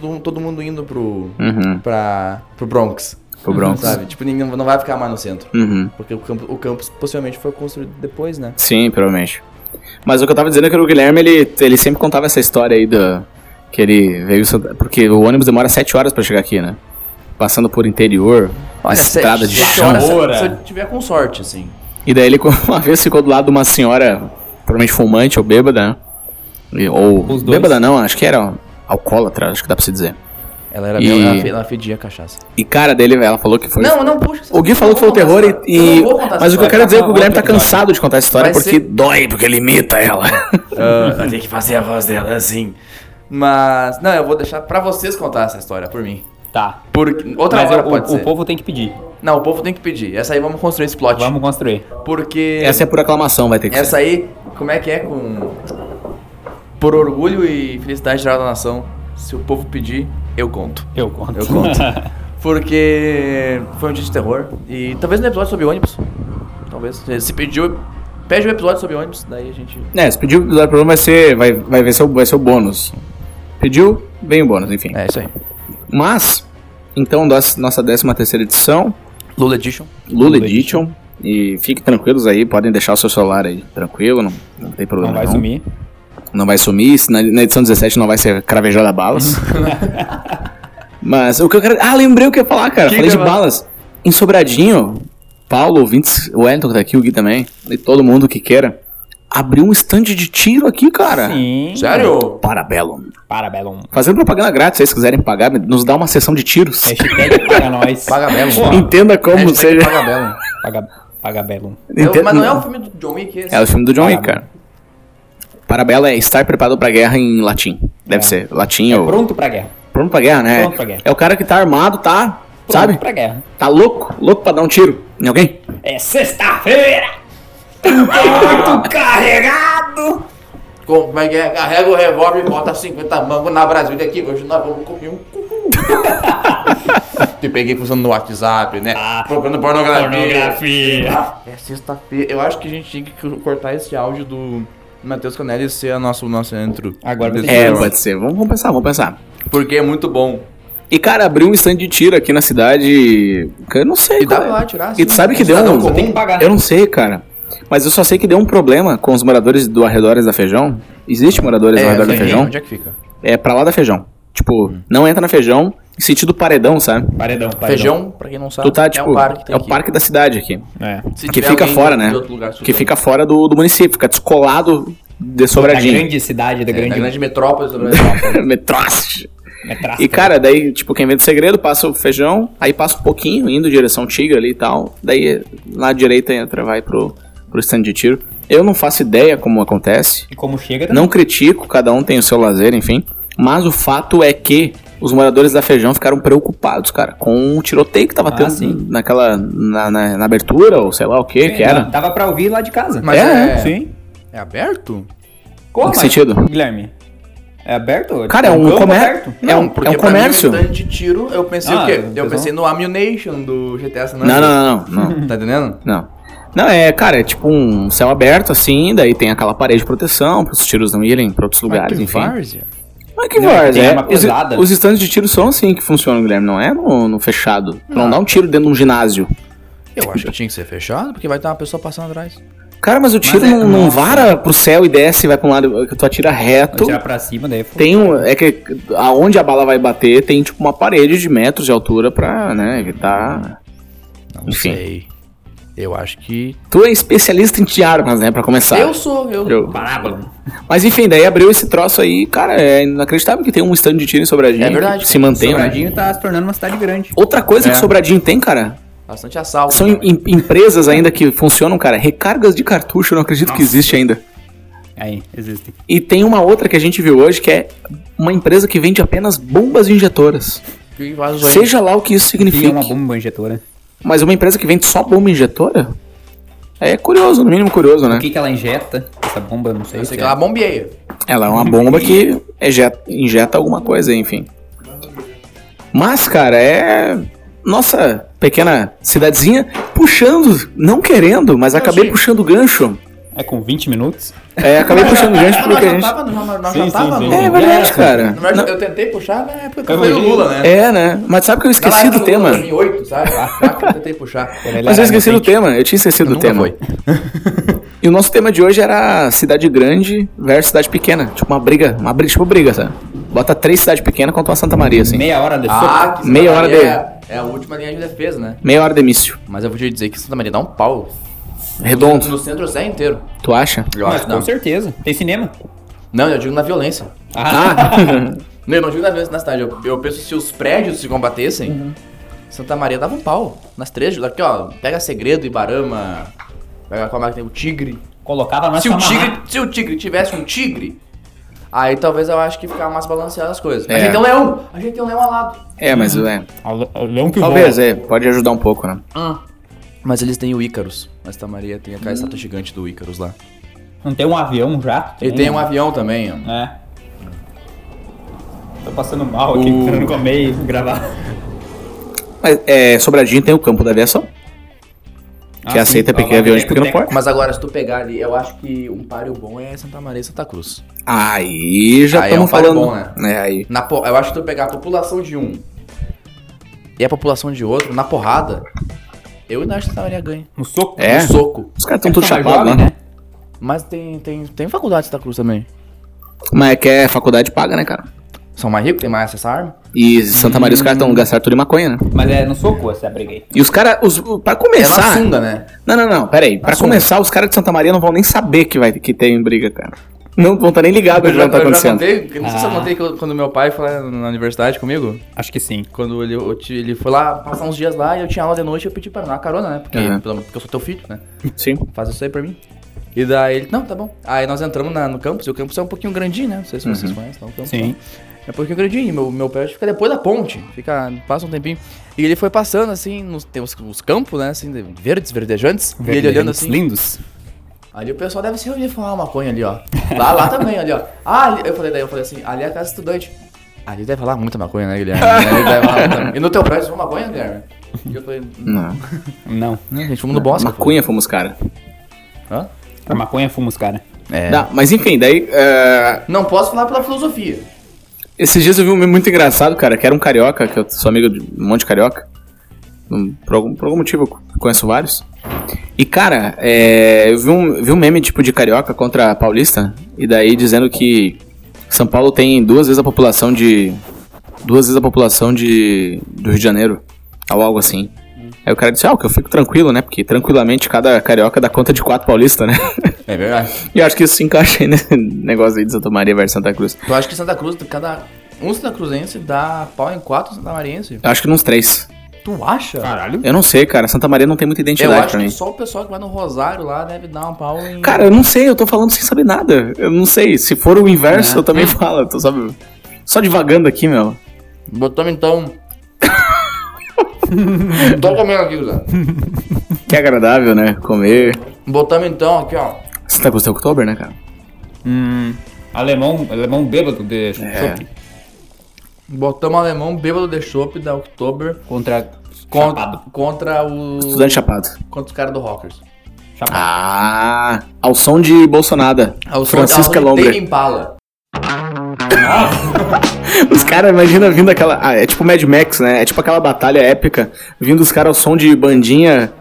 S3: todo, todo mundo indo pro
S2: Uhum,
S3: pra, pro Bronx.
S2: pro Bronx.
S3: Sabe? Tipo, ninguém não vai ficar mais no centro.
S2: Uhum.
S3: Porque o campus, o campus possivelmente foi construído depois, né?
S2: Sim, provavelmente. Mas o que eu tava dizendo é que o Guilherme, ele, ele sempre contava essa história aí do... Que ele veio... Porque o ônibus demora sete horas pra chegar aqui, né? Passando por interior, estrada de
S3: sete
S2: chão.
S3: horas,
S5: Ora.
S3: se, se eu tiver com sorte, assim.
S2: E daí ele uma vez ficou do lado de uma senhora, provavelmente fumante ou bêbada, né? E- Ou.
S5: Os dois.
S2: Bêbada não, acho que era alcoólatra, acho que dá pra se dizer.
S3: Ela era
S2: E-
S3: meio. Ela, fe- ela fedia a cachaça.
S2: E cara dele, ela falou que foi.
S3: Não, não puxa. essa
S2: O Gui
S3: história,
S2: falou que foi
S3: eu
S2: o
S3: não
S2: terror
S3: vou contar
S2: e.
S3: essa-
S2: e-
S3: eu não vou
S2: Mas
S3: contar essa
S2: o que eu
S3: história.
S2: quero dizer é que o
S5: Vai
S2: Guilherme tá
S5: ser-
S2: cansado de contar essa história
S3: Vai
S2: porque
S3: ser-
S2: dói, porque ele imita ela.
S3: Ah, vai ter que fazer a voz dela assim. Mas. Não, eu vou deixar pra vocês contar essa história por mim.
S5: Tá.
S3: Porque outra
S5: mas
S3: hora
S5: o-
S3: pode
S5: o,
S3: ser.
S5: o povo tem que pedir.
S3: Não, o povo tem que pedir. Essa aí vamos construir esse plot.
S5: Vamos construir.
S3: Porque.
S2: Essa é por aclamação, vai ter que ser.
S3: Essa aí, como é que é com. Por orgulho e felicidade geral da nação, se o povo pedir, eu conto.
S5: Eu conto.
S3: Eu conto. Porque foi um dia de terror. E talvez um episódio sobre ônibus. Talvez. Se- Se pediu, pede um episódio sobre ônibus, daí a gente.
S2: É, se pediu do problema vai ser. Vai, vai, vai, ser o, vai ser o bônus. Pediu, vem o bônus, enfim.
S3: É isso aí.
S2: Mas, então, das- nossa 13 terceira edição.
S3: Lula Edition.
S2: Lula Edition. E fiquem tranquilos aí, podem deixar o seu celular aí tranquilo, não, não tem problema.
S5: Não vai sumir.
S2: Não vai sumir, se na, na edição 17 não vai ser cravejada a balas. Mas o que eu quero. Ah, lembrei o que eu ia falar, cara.
S3: Que
S2: Falei de
S3: que vai-
S2: balas. Em Sobradinho, Paulo, ouvintes, o Wellington que tá aqui, o Gui também, e todo mundo que queira, abriu um stand de tiro aqui, cara.
S5: Sim.
S3: Sério?
S2: Parabellum.
S5: Parabellum.
S2: Fazendo propaganda grátis, se vocês quiserem pagar, nos dá uma sessão de
S1: É,
S2: tiros.
S1: tipo,
S5: Hashtag paga nós.
S3: Paga Belo.
S2: Entenda como seja.
S3: Paga Belo.
S5: Paga, paga Bellum.
S3: É o-
S2: Entenda-
S3: Mas não é o filme do John Wick esse?
S2: É o filme do John Wick, cara. Parabela é estar preparado pra guerra em latim. Deve ser. Latim ou.
S5: Pronto pra guerra.
S2: Pronto pra guerra, né?
S5: Pronto pra guerra.
S2: É o cara que tá armado, tá.
S5: Pronto
S2: sabe?
S5: pra guerra.
S2: Tá louco, louco pra dar um tiro em alguém.
S5: É sexta-feira!
S6: Muito carregado!
S3: Com- Como é que é? Carrega o revólver e bota 50 mangos na Brasília aqui. Hoje nós vamos comer um cu. Te peguei usando no WhatsApp, né?
S2: Ah,
S3: Procurando pornografia. É sexta-feira.
S7: Eu acho que a gente tinha que cortar esse áudio do Matheus Canelli e ser a nosso, nosso intro.
S8: Agora vai ter
S2: É, pode ser. Vamos, vamos pensar, vamos pensar.
S3: Porque é muito bom.
S2: E, cara, abriu um stand de tiro aqui na cidade. Cara, eu não sei.
S7: E dá
S2: qual é.
S7: pra lá tirar,
S2: E tu sabe que deu
S3: Cidadão
S2: um...
S3: comum.
S8: Tem que pagar.
S2: Eu não sei, cara. Mas eu só sei que deu um problema com os moradores do Arredores da Feijão. Existe moradores do Arredores da Feijão?
S7: Onde é que fica?
S2: É pra lá da Feijão. Tipo, não entra na Feijão, em sentido paredão, sabe?
S8: Paredão, paredão.
S7: Feijão, pra quem não sabe,
S2: tu tá, tipo,
S7: é o parque que tem
S2: é o
S7: aqui.
S2: parque da cidade aqui.
S8: É.
S3: Se
S2: Que
S3: tiver
S2: fica
S3: alguém
S2: fora,
S3: de
S2: né?
S3: outro lugar
S2: Que
S3: escutando.
S2: fica fora do, do município, fica descolado de
S8: Da
S2: sobradinho.
S8: grande cidade, da
S3: É, na
S8: grande...
S3: grande metrópole do Brasil.
S1: então.
S2: Metroste.
S8: É
S1: Ah,
S8: traço.
S2: E
S1: tá.
S2: cara, daí, tipo, quem vende segredo passa o feijão, aí passa um pouquinho, indo em direção ao tigre ali e tal. Daí lá à direita entra, vai pro, pro stand de tiro. Eu não faço ideia como acontece.
S8: E como chega...
S1: tá
S2: Não critico, cada um tem o seu lazer, enfim. Mas o fato é que os moradores da Feijão ficaram preocupados, cara, com o tiroteio que tava
S1: Ah,
S2: tendo
S1: sim.
S2: naquela. Na, na- na abertura, ou sei lá o que que era.
S1: né? Dava pra ouvir lá de casa.
S7: Mas é, é,
S8: Sim.
S7: aberto?
S1: Como?
S2: que sentido?
S1: Guilherme. É aberto?
S2: Cara, é um
S1: campo
S2: comércio.
S1: aberto?
S2: É um,
S7: porque
S2: é um
S7: pra mim,
S2: comércio.
S7: o stand de tiro, eu pensei
S1: Ah,
S7: o quê?
S1: pessoal.
S7: Eu pensei no Ammunition do GTA San
S2: Não,
S7: Andreas.
S2: não, não, não. não.
S7: Tá entendendo?
S2: Não. Não, é, cara, é tipo um céu aberto, assim, daí tem aquela parede de proteção, para os tiros não irem para outros lugares, Tá, enfim.
S7: várzea.
S2: Mas que
S1: Não, é que
S2: várzea,
S1: tem
S2: é.
S1: arma
S2: Os,
S1: pesada.
S2: os stands de tiro são assim que funcionam, Guilherme, não é no, no fechado. Tu Não. dá um tiro dentro de um ginásio.
S7: Eu acho que tinha que ser fechado, porque vai ter uma pessoa passando atrás.
S2: Cara, mas o tiro
S7: Mas é-
S2: não, não
S7: nossa.
S2: vara pro céu e desce, vai pra um lado, tu atira reto.
S1: Tirar pra cima, daí foi.
S2: Tem um, é que aonde a bala vai bater tem tipo uma parede de metros de altura pra, né, evitar...
S7: Não
S2: Enfim.
S7: sei. Eu acho que...
S2: Tu é especialista em de armas, né, pra começar.
S7: Eu sou, eu...
S2: Eu-
S1: Parábola.
S2: Mas enfim, daí abriu esse troço aí, cara, é inacreditável que tem um stand de tiro em Sobradinho.
S7: É verdade.
S2: que Se mantém, né?
S1: Sobradinho É. tá se tornando uma cidade grande.
S2: Outra coisa que Sobradinho tem, cara,
S7: Bastante assalto.
S2: são
S7: também.
S2: em- empresas ainda que funcionam, cara, recargas de cartucho, eu não acredito que existe ainda.
S1: Aí, existe.
S2: E tem uma outra que a gente viu hoje que é uma empresa que vende apenas bombas injetoras.
S7: Que vai usar
S2: Seja lá o que isso signifique.
S1: Tinha uma bomba injetora.
S2: Mas uma empresa que vende só bomba injetora? É curioso, no mínimo curioso, né?
S1: O que que ela injeta? Essa bomba, eu não sei.
S7: Eu sei
S1: se
S7: que
S1: é.
S7: ela bombeia.
S2: Ela é uma bomba que ejeta- injeta alguma coisa, enfim. Mas, cara, é nossa pequena cidadezinha puxando, não querendo, mas acabei
S7: sim.
S2: puxando o gancho.
S1: É com 20 minutos?
S2: É, acabei puxando o gancho porque a
S7: já
S2: gente...
S7: tava, no- nós já
S8: Sim, sim,
S7: tava
S8: sim.
S7: no-
S2: É verdade, cara.
S7: Na verdade,
S2: Não-
S7: eu tentei puxar na época que
S8: Eu
S7: foi o
S8: vi.
S7: Lula, né?
S2: É, né? Mas sabe que eu esqueci
S3: é
S7: Na época
S2: do tema?
S7: 2008, sabe? Ah, tá, que eu tentei puxar.
S2: Mas eu esqueci do tema, eu tinha esquecido do
S7: Nunca
S2: tema.
S7: foi.
S2: E o nosso tema de hoje era cidade grande versus cidade pequena. Tipo uma briga, uma briga, tipo briga, sabe? Bota três cidades pequenas contra uma Santa Maria, assim.
S1: Meia hora de sopa.
S3: Ah, que
S2: Meia
S3: Santa
S2: hora
S3: Maria É, é a última linha de defesa, né?
S2: Meia hora de mício.
S7: Mas eu vou te dizer que Santa Maria dá um pau.
S2: Redondo,
S3: No centro Zé inteiro.
S2: tu acha?
S3: Eu
S1: Mas
S3: acho
S1: com
S3: não.
S1: certeza. Tem cinema.
S3: Não, eu digo na violência.
S2: Ah!
S3: Não, eu não digo na violência na cidade. Eu, eu penso se os prédios se combatessem, Santa Maria dava um pau. Nas três, aqui ó, pega Segredo, Ibarama, pega qual mais que tem o Tigre.
S1: Colocava nós
S3: Se o
S2: um
S1: pra amarrar.
S3: tigre, se o tigre tivesse um tigre, aí talvez eu acho que ficava mais balanceado as coisas. A
S2: É.
S3: gente tem um leão! A gente tem um leão alado.
S2: É, mas é.
S8: Não que
S2: Talvez, é, pode ajudar um pouco, né?
S3: Mas eles têm o Ícaros. Mas Santa Maria tem aquela estátua gigante do Ícaros lá.
S1: Não tem um avião, um jato?
S3: Ele tem um avião também, ó.
S1: É. Tô passando mal aqui, querendo comer e gravar.
S2: Mas é, Sobradinho tem o campo da aviação. Que
S1: Ah,
S2: aceita é
S1: sim,
S2: pequeno
S1: lá
S2: avião de
S1: tem-
S2: pequeno
S1: tem-
S2: porte.
S3: Mas agora, se tu pegar ali, eu acho que um páreo bom é Santa Maria e Santa Cruz.
S2: Aí já
S3: Aí é
S2: estamos
S3: um
S2: falando.
S3: páreo bom, né?
S2: É, aí.
S3: Na po- Eu acho que tu pegar a população de um e a população de outro, na porrada, eu ainda acho que Santa Maria ganha.
S1: No soco.
S2: É?
S3: No soco.
S2: Os caras estão tudo
S1: Tá mais
S2: chapados,
S1: jovem,
S2: né?
S3: Mas tem, tem, tem faculdade de Santa Cruz também.
S2: Mas é que é faculdade paga, né, cara?
S3: São mais ricos, tem mais acesso à arma.
S2: E Santa Maria, os caras
S3: Hum.
S2: estão gastando tudo em maconha, né?
S1: Mas é no soco
S5: assim,
S1: essa briga aí.
S2: E os caras. Os, pra
S3: É na
S2: começar.
S3: sunga, né?
S2: não, não, não, pera aí. Pra
S3: sunga.
S2: começar, os caras de Santa Maria não vão nem saber que, vai, que tem briga, cara. Não vão estar nem ligados
S3: Eu
S2: que já
S3: já,
S2: tá
S3: eu já
S2: acontecendo.
S3: contei, eu não sei se eu
S1: Ah.
S3: contei que eu- quando meu pai foi lá na universidade comigo,
S1: Acho que sim.
S3: quando ele, eu te- ele foi lá passar uns dias lá e eu tinha aula de noite, eu pedi pra ele dar uma carona, né? Porque,
S2: Aham.
S3: pelo- porque eu sou teu filho, né?
S2: Sim.
S3: Faz isso aí pra mim. E daí ele, não, tá bom. Aí nós entramos na- no campus, e o campus é um pouquinho grandinho, né? Não sei se vocês conhecem, não, o campus
S1: Sim.
S3: É um pouquinho grandinho, e meu, meu prédio fica depois da ponte, fica, passa um tempinho. E ele foi passando, assim, nos, tem os, os campos, né, assim, de- verdes, verdejantes, e ele olhando assim,
S1: Lindos.
S3: Ali o pessoal deve se reunir e fumar uma maconha ali, ó. Lá, lá também, ali, ó. Ah, ali- eu falei daí, eu falei assim, ali é a casa do estudante. Ali deve falar muita maconha, né, Guilherme? Ali deve falar muita- E no teu prédio você fuma maconha, Guilherme? E eu falei,
S2: Não.
S5: Não.
S3: não, a gente fuma no bosque.
S2: Maconha fomos, cara.
S3: Hã?
S5: A maconha fuma os cara.
S3: É.
S2: Não, mas enfim, daí. é,
S3: Não posso falar pela filosofia.
S2: Esses dias eu vi um meme muito engraçado, cara, que era um carioca, que eu sou amigo de um monte de carioca. Hum, Por algum, por algum motivo eu conheço vários. E, cara, é, eu vi um, vi um meme tipo de carioca contra paulista, e daí dizendo que São Paulo tem duas vezes a população de. Duas vezes a população de. do Rio de Janeiro. Ou algo assim. Aí o cara disse, ah, o que eu fico tranquilo, né? Porque tranquilamente cada carioca dá conta de quatro paulistas, né?
S9: É verdade.
S2: E eu acho que isso se encaixa aí nesse negócio aí de Santa Maria versus Santa Cruz.
S3: Eu acho que Santa Cruz, cada. Um Santa Cruzense dá pau em quatro Santa Mariense.
S2: Eu acho que nos três.
S3: Tu acha?
S5: Caralho.
S2: Eu não sei, cara. Santa Maria não tem muita
S3: eu
S2: identidade
S3: acho
S2: Ah, pra
S3: que
S2: mim.
S3: só o pessoal que vai no Rosário lá deve dar um pau em.
S2: Cara, eu não sei, eu tô falando sem saber nada. Eu não sei. Se for o
S3: É.
S2: inverso, eu também falo. Eu Tô só, só divagando aqui, meu.
S3: Botamos então.
S9: Tô comendo aqui, Zé.
S2: Que agradável, né? Comer.
S3: Botamos então aqui, ó.
S2: Santa Cruz é Oktober, né, cara?
S5: Hum. Alemão, alemão bêbado
S2: É.
S5: de chope.
S3: Botamos alemão bêbado de chopp da Oktober
S5: Contra.
S3: contra,
S5: Chapado.
S3: contra o.
S2: Estudante chapado.
S3: Contra os caras do Rockers.
S5: Chapado.
S2: Ah, ao som de Bolsonaro.
S3: Ah, o som
S2: Francisca
S3: tava inteiro
S2: Lombra.
S3: em Impala.
S2: Os caras, imagina vindo aquela. Ah, é tipo Mad Max, né? É tipo aquela batalha épica. Vindo os caras ao som de bandinha.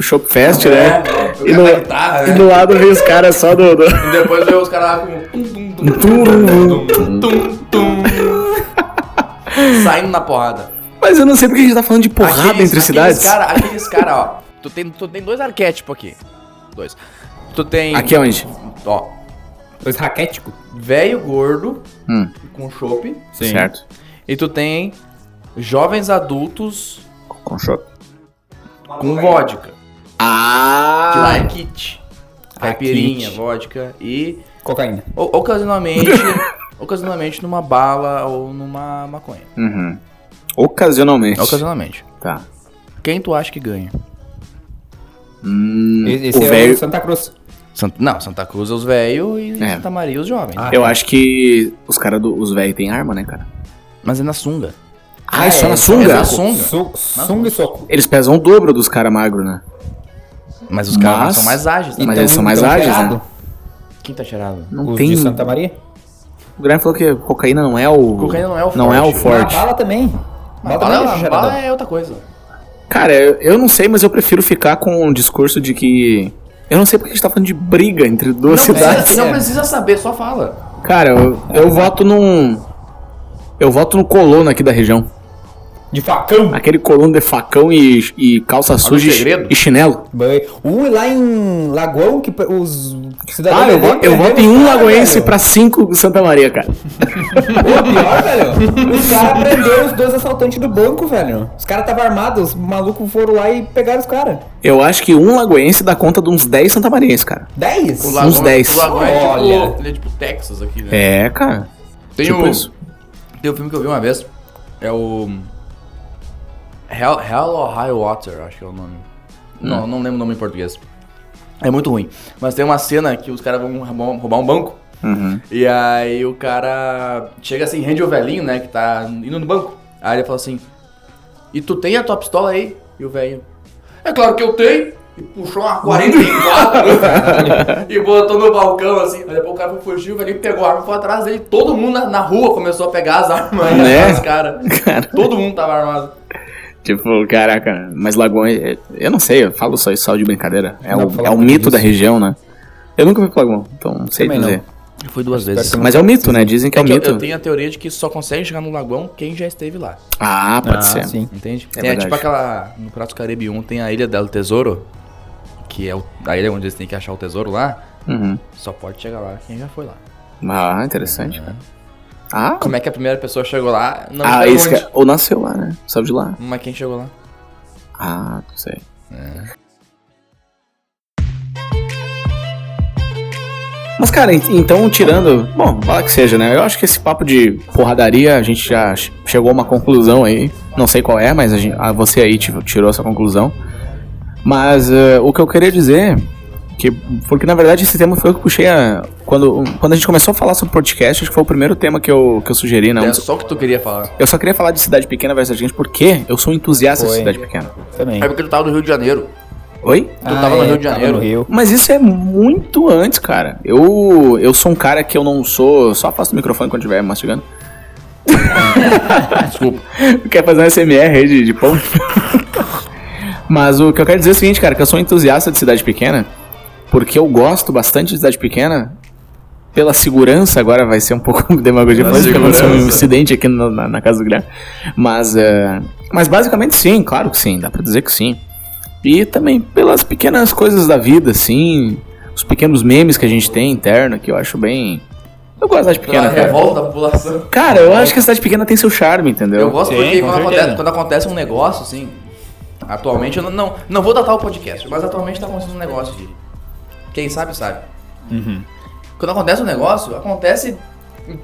S2: Shop Fest, né? E no,
S3: É, guitarra,
S2: e é- do lado vem os caras só do. do...
S3: E depois veio os caras lá com. tum, tum, tum, tum, tum, tum. Saindo na porrada.
S2: Mas eu não sei porque a gente tá falando de porrada entre cidades.
S3: Cara, aqueles caras, ó. Tu tem, tu tem dois arquétipos aqui. Dois. Tu tem.
S2: Aqui é onde?
S3: Ó.
S5: Dois raquético.
S3: Velho gordo
S2: Hum.
S3: com chopp.
S2: Certo.
S3: E tu tem jovens adultos
S2: Com choque.
S3: com vodka. Que lá
S2: Ah!
S3: é kit. Caipirinha,
S5: kit.
S3: vodka e
S5: Cocaína.
S3: o- ocasionalmente. ocasionalmente numa bala ou numa maconha.
S2: Uhum. Ocasionalmente.
S3: Ocasionalmente.
S2: Tá.
S3: É Quem tu acha que ganha?
S2: Hum,
S5: E- Esse
S2: o
S5: é
S2: velho.
S5: o Santa Cruz.
S3: Sant- Não, Santa Cruz é os velhos e
S2: É.
S3: Santa Maria os jovens.
S5: Ah.
S2: Eu acho que os caras do. Os velhos têm arma, né, cara?
S3: Mas é na sunga.
S2: Ah, isso
S5: é,
S2: é na
S5: é,
S2: sunga?
S3: é na sunga.
S5: Su- Sunga e soco.
S2: Eles pesam o dobro dos caras magros, né?
S3: Mas os
S2: Mas-
S3: caras são mais ágeis. Né?
S2: Mas eles são mais ágeis, né?
S5: cheirado.
S3: Quem tá cheirado?
S2: Não
S5: Então, Os
S2: tem.
S5: de Santa Maria.
S2: O Graham falou que cocaína não é o.
S3: Cocaína não é o
S2: Não é o
S3: forte.
S2: forte.
S5: A Ah, bala também.
S3: Mas
S5: Bala
S3: bala,
S5: também
S3: bala
S5: é cheiradão.
S3: é outra coisa.
S2: Cara, eu, eu não sei, mas eu prefiro ficar com o discurso de que. Eu não sei porque a gente tá falando de briga entre duas
S3: Não é.
S2: cidades.
S3: precisa, não precisa saber, só fala.
S2: Cara, eu, eu voto num. Eu voto no colono aqui da região.
S5: De facão.
S2: Aquele colono de facão e, e calça suja e,
S3: segredo.
S2: e chinelo.
S5: Bem, Um lá em Lagoão, que pe- os cidadãos.
S2: Ah, eu, vo- eu voto em um lagoense pra cinco Santa Maria, cara.
S5: Pô, pior, velho. Os caras prenderam os dois assaltantes do banco, velho. Os caras estavam armados, os malucos foram lá e pegaram os caras.
S2: Eu acho que um lagoense dá conta de uns 10 Santa Marienses, cara.
S5: Dez?
S3: O Lagoa-
S2: 10.
S3: O Lagoa é
S5: Olha.
S3: tipo, ele é tipo Texas aqui, né?
S2: É, cara.
S3: Tem
S2: tipo
S3: o-
S2: isso.
S3: Tem um filme que eu vi uma vez. É o. Hell, Hell or High Water, acho que é o nome.
S2: Hum.
S3: Não, não lembro o nome em português. É muito ruim. Mas tem uma cena que os caras vão roubar um- roubar um banco.
S2: Uhum.
S3: E aí o cara chega assim, rende o velhinho, né? Que tá indo no banco. Aí ele fala assim: E tu tem a tua pistola aí? E o velho: É claro que eu tenho. E puxou uma 44 e botou no balcão assim. Aí depois o cara fugiu, o velhinho pegou a arma e foi atrás dele. Todo mundo na, na rua começou a pegar as armas
S2: Né?
S3: né? dos caras.
S2: Cara.
S3: Todo mundo tava armado.
S2: Tipo, caraca, mas Lagoa. é- Eu não sei, eu falo só isso só de brincadeira. É
S5: Não,
S2: o,
S5: falar
S2: é o
S5: muito
S2: mito
S5: disso.
S2: da região, né? Eu nunca fui pro Lagoa, então não sei
S5: Também
S2: dizer.
S3: Eu fui duas vezes.
S2: Mas é o mito, né? Dizem que é o
S3: eu,
S2: mito.
S3: eu tenho a teoria de que só consegue chegar no Lagoão quem já esteve lá.
S2: Ah, pode ser.
S5: sim.
S3: Entende?
S2: É
S3: É, tem, é
S2: verdade.
S3: tipo aquela. No Prato Caribe 1 tem a Ilha del Tesouro, que é o- a ilha onde eles têm que achar o tesouro lá.
S2: Uhum.
S3: Só pode chegar lá quem já foi lá.
S2: Ah, interessante, cara. Ah,
S3: Como é que a primeira pessoa chegou lá? Não
S2: ah
S3: me
S2: isso que
S3: pergunte.
S2: é... Ou nasceu lá, né? Saiu de lá.
S3: Mas quem chegou lá?
S2: Ah, não sei. É. Mas, cara, en- então, tirando. Bom, fala que seja, né? Eu acho que esse papo de porradaria, a gente já che- chegou a uma conclusão aí. Não sei qual é, mas a gente- ah, você aí tipo, tirou essa conclusão. Mas eh, o que eu queria dizer Porque, porque na verdade esse tema foi eu que puxei a. Quando, quando a gente começou a falar sobre podcast, acho que foi o primeiro tema que eu, que eu sugeri, né? Um
S3: É
S2: dos-
S3: só o que tu queria falar.
S2: Eu só queria falar de cidade pequena versus gigante porque eu sou um entusiasta de cidade pequena.
S5: Também.
S9: É porque tu tava no Rio de Janeiro.
S2: Oi?
S9: Tu tava no Rio de Janeiro.
S5: no Rio.
S2: Mas isso é muito antes, cara. Eu, eu sou um cara que eu não sou. Só passo o microfone quando estiver mastigando.
S9: Desculpa.
S2: Quer fazer um SMR aí de, de pão? Mas o que eu quero dizer é o seguinte, cara, que eu sou um entusiasta de cidade pequena, porque eu gosto bastante de cidade pequena. Pela segurança, agora vai ser um pouco demagogia, falando que aconteceu um incidente aqui no- na, na casa do Guilherme. Mas, eh, mas basicamente sim, claro que sim, dá pra dizer que sim. E também pelas pequenas coisas da vida, assim, os pequenos memes que a gente tem interno, que eu acho bem... Eu gosto da cidade
S9: Pela
S2: pequena, cara.
S9: revolta da população.
S2: Cara, eu acho que a cidade pequena tem seu charme, entendeu?
S3: Eu gosto
S4: Sim,
S3: porque
S4: com
S3: quando acontece,
S4: certeza.
S3: quando acontece um negócio, assim. Atualmente, eu não, não, não vou datar o podcast, mas atualmente tá acontecendo um negócio de. Quem sabe, sabe. Quando acontece um negócio, acontece.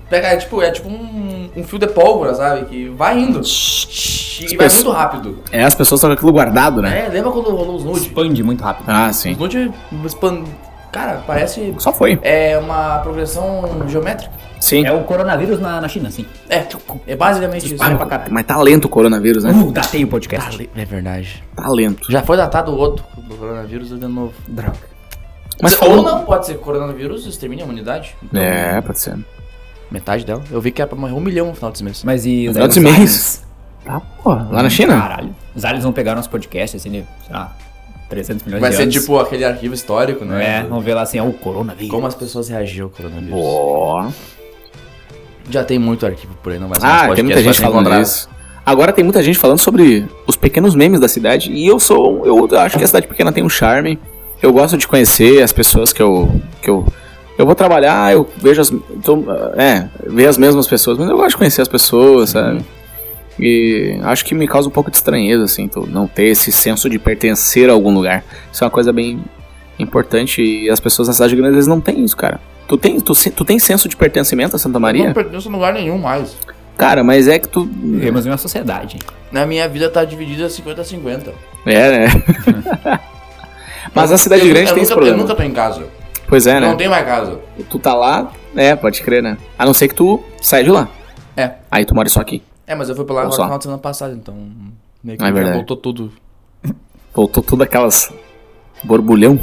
S3: Pega, é tipo, é tipo um, um fio de pólvora, sabe? Que vai indo. E vai
S2: pessoas-
S3: muito rápido.
S2: É, as pessoas estão com aquilo guardado, né?
S3: É, lembra quando rolou os nude?
S5: Expande muito rápido.
S2: Ah,
S3: Os
S2: sim.
S3: nude. expan- Cara, parece.
S2: Só foi.
S3: É uma progressão geométrica.
S2: Sim.
S5: É o coronavírus na, na China, sim.
S3: É, é basicamente isso.
S5: Espalha pra caralho.
S2: Mas tá lento o coronavírus, né?
S5: Uh, datei o podcast.
S3: É verdade.
S2: Tá lento.
S3: Já foi datado o outro do coronavírus de novo.
S5: Droga.
S2: Mas
S3: Ou
S2: falou.
S3: não, pode ser coronavírus, extermina a imunidade. Então,
S2: É, pode ser.
S3: Metade dela. Eu vi que era pra morrer um milhão no final desse mês.
S5: Mas e os
S2: Final de
S5: aliens? Ah,
S2: mês. Tá, pô. Lá na China?
S5: Caralho. Os aliens vão pegar nosso podcast, assim, né? sei lá, 300 milhões
S3: Vai
S5: de
S3: ser
S5: anos.
S3: tipo aquele arquivo histórico, né?
S5: É, vamos ver lá assim, ó, o coronavírus.
S3: Como as pessoas reagiram ao coronavírus.
S2: Ó.
S3: Já tem muito arquivo por aí, não vai ser mais
S2: Ah, tem
S3: podcast,
S2: muita
S3: vai
S2: gente
S3: ser
S2: falando
S3: encontrado.
S2: isso. Agora tem muita gente falando sobre os pequenos memes da cidade. E eu sou. um, Eu acho que a cidade pequena tem um charme. Eu gosto de conhecer as pessoas que eu. que eu. Eu vou trabalhar, eu vejo as. tô- é, ver as mesmas pessoas, mas eu gosto de conhecer as pessoas, sabe? E acho que me causa um pouco de estranheza, assim, tu não ter esse senso de pertencer a algum lugar. Isso é uma coisa bem importante. E as pessoas na cidade grande, às vezes, não têm isso, cara. Tu tem, tu, se- tu tem senso de pertencimento a Santa
S9: Eu
S2: Maria?
S9: Não pertenço a lugar nenhum mais.
S2: Cara, mas é que tu.
S5: Vivemos em uma sociedade.
S9: Na minha vida tá dividida 50 a 50.
S2: É, né? Mas a cidade
S9: Eu-
S2: grande
S9: eu
S2: tem
S9: nunca,
S2: esse
S9: Eu
S2: problema.
S9: nunca tô em casa.
S2: Pois é,
S9: Não
S2: né?
S9: tenho mais casa.
S2: Tu tá lá, é, pode crer, né? A não ser que tu saia de lá.
S3: É.
S2: Aí tu mora só aqui.
S3: É, mas eu fui pra lá
S2: Ou
S3: no
S2: só.
S3: final de semana passada, então. Meio que
S2: Ah, é
S3: já
S2: verdade.
S3: voltou tudo.
S2: Voltou tudo aquelas borbulhão.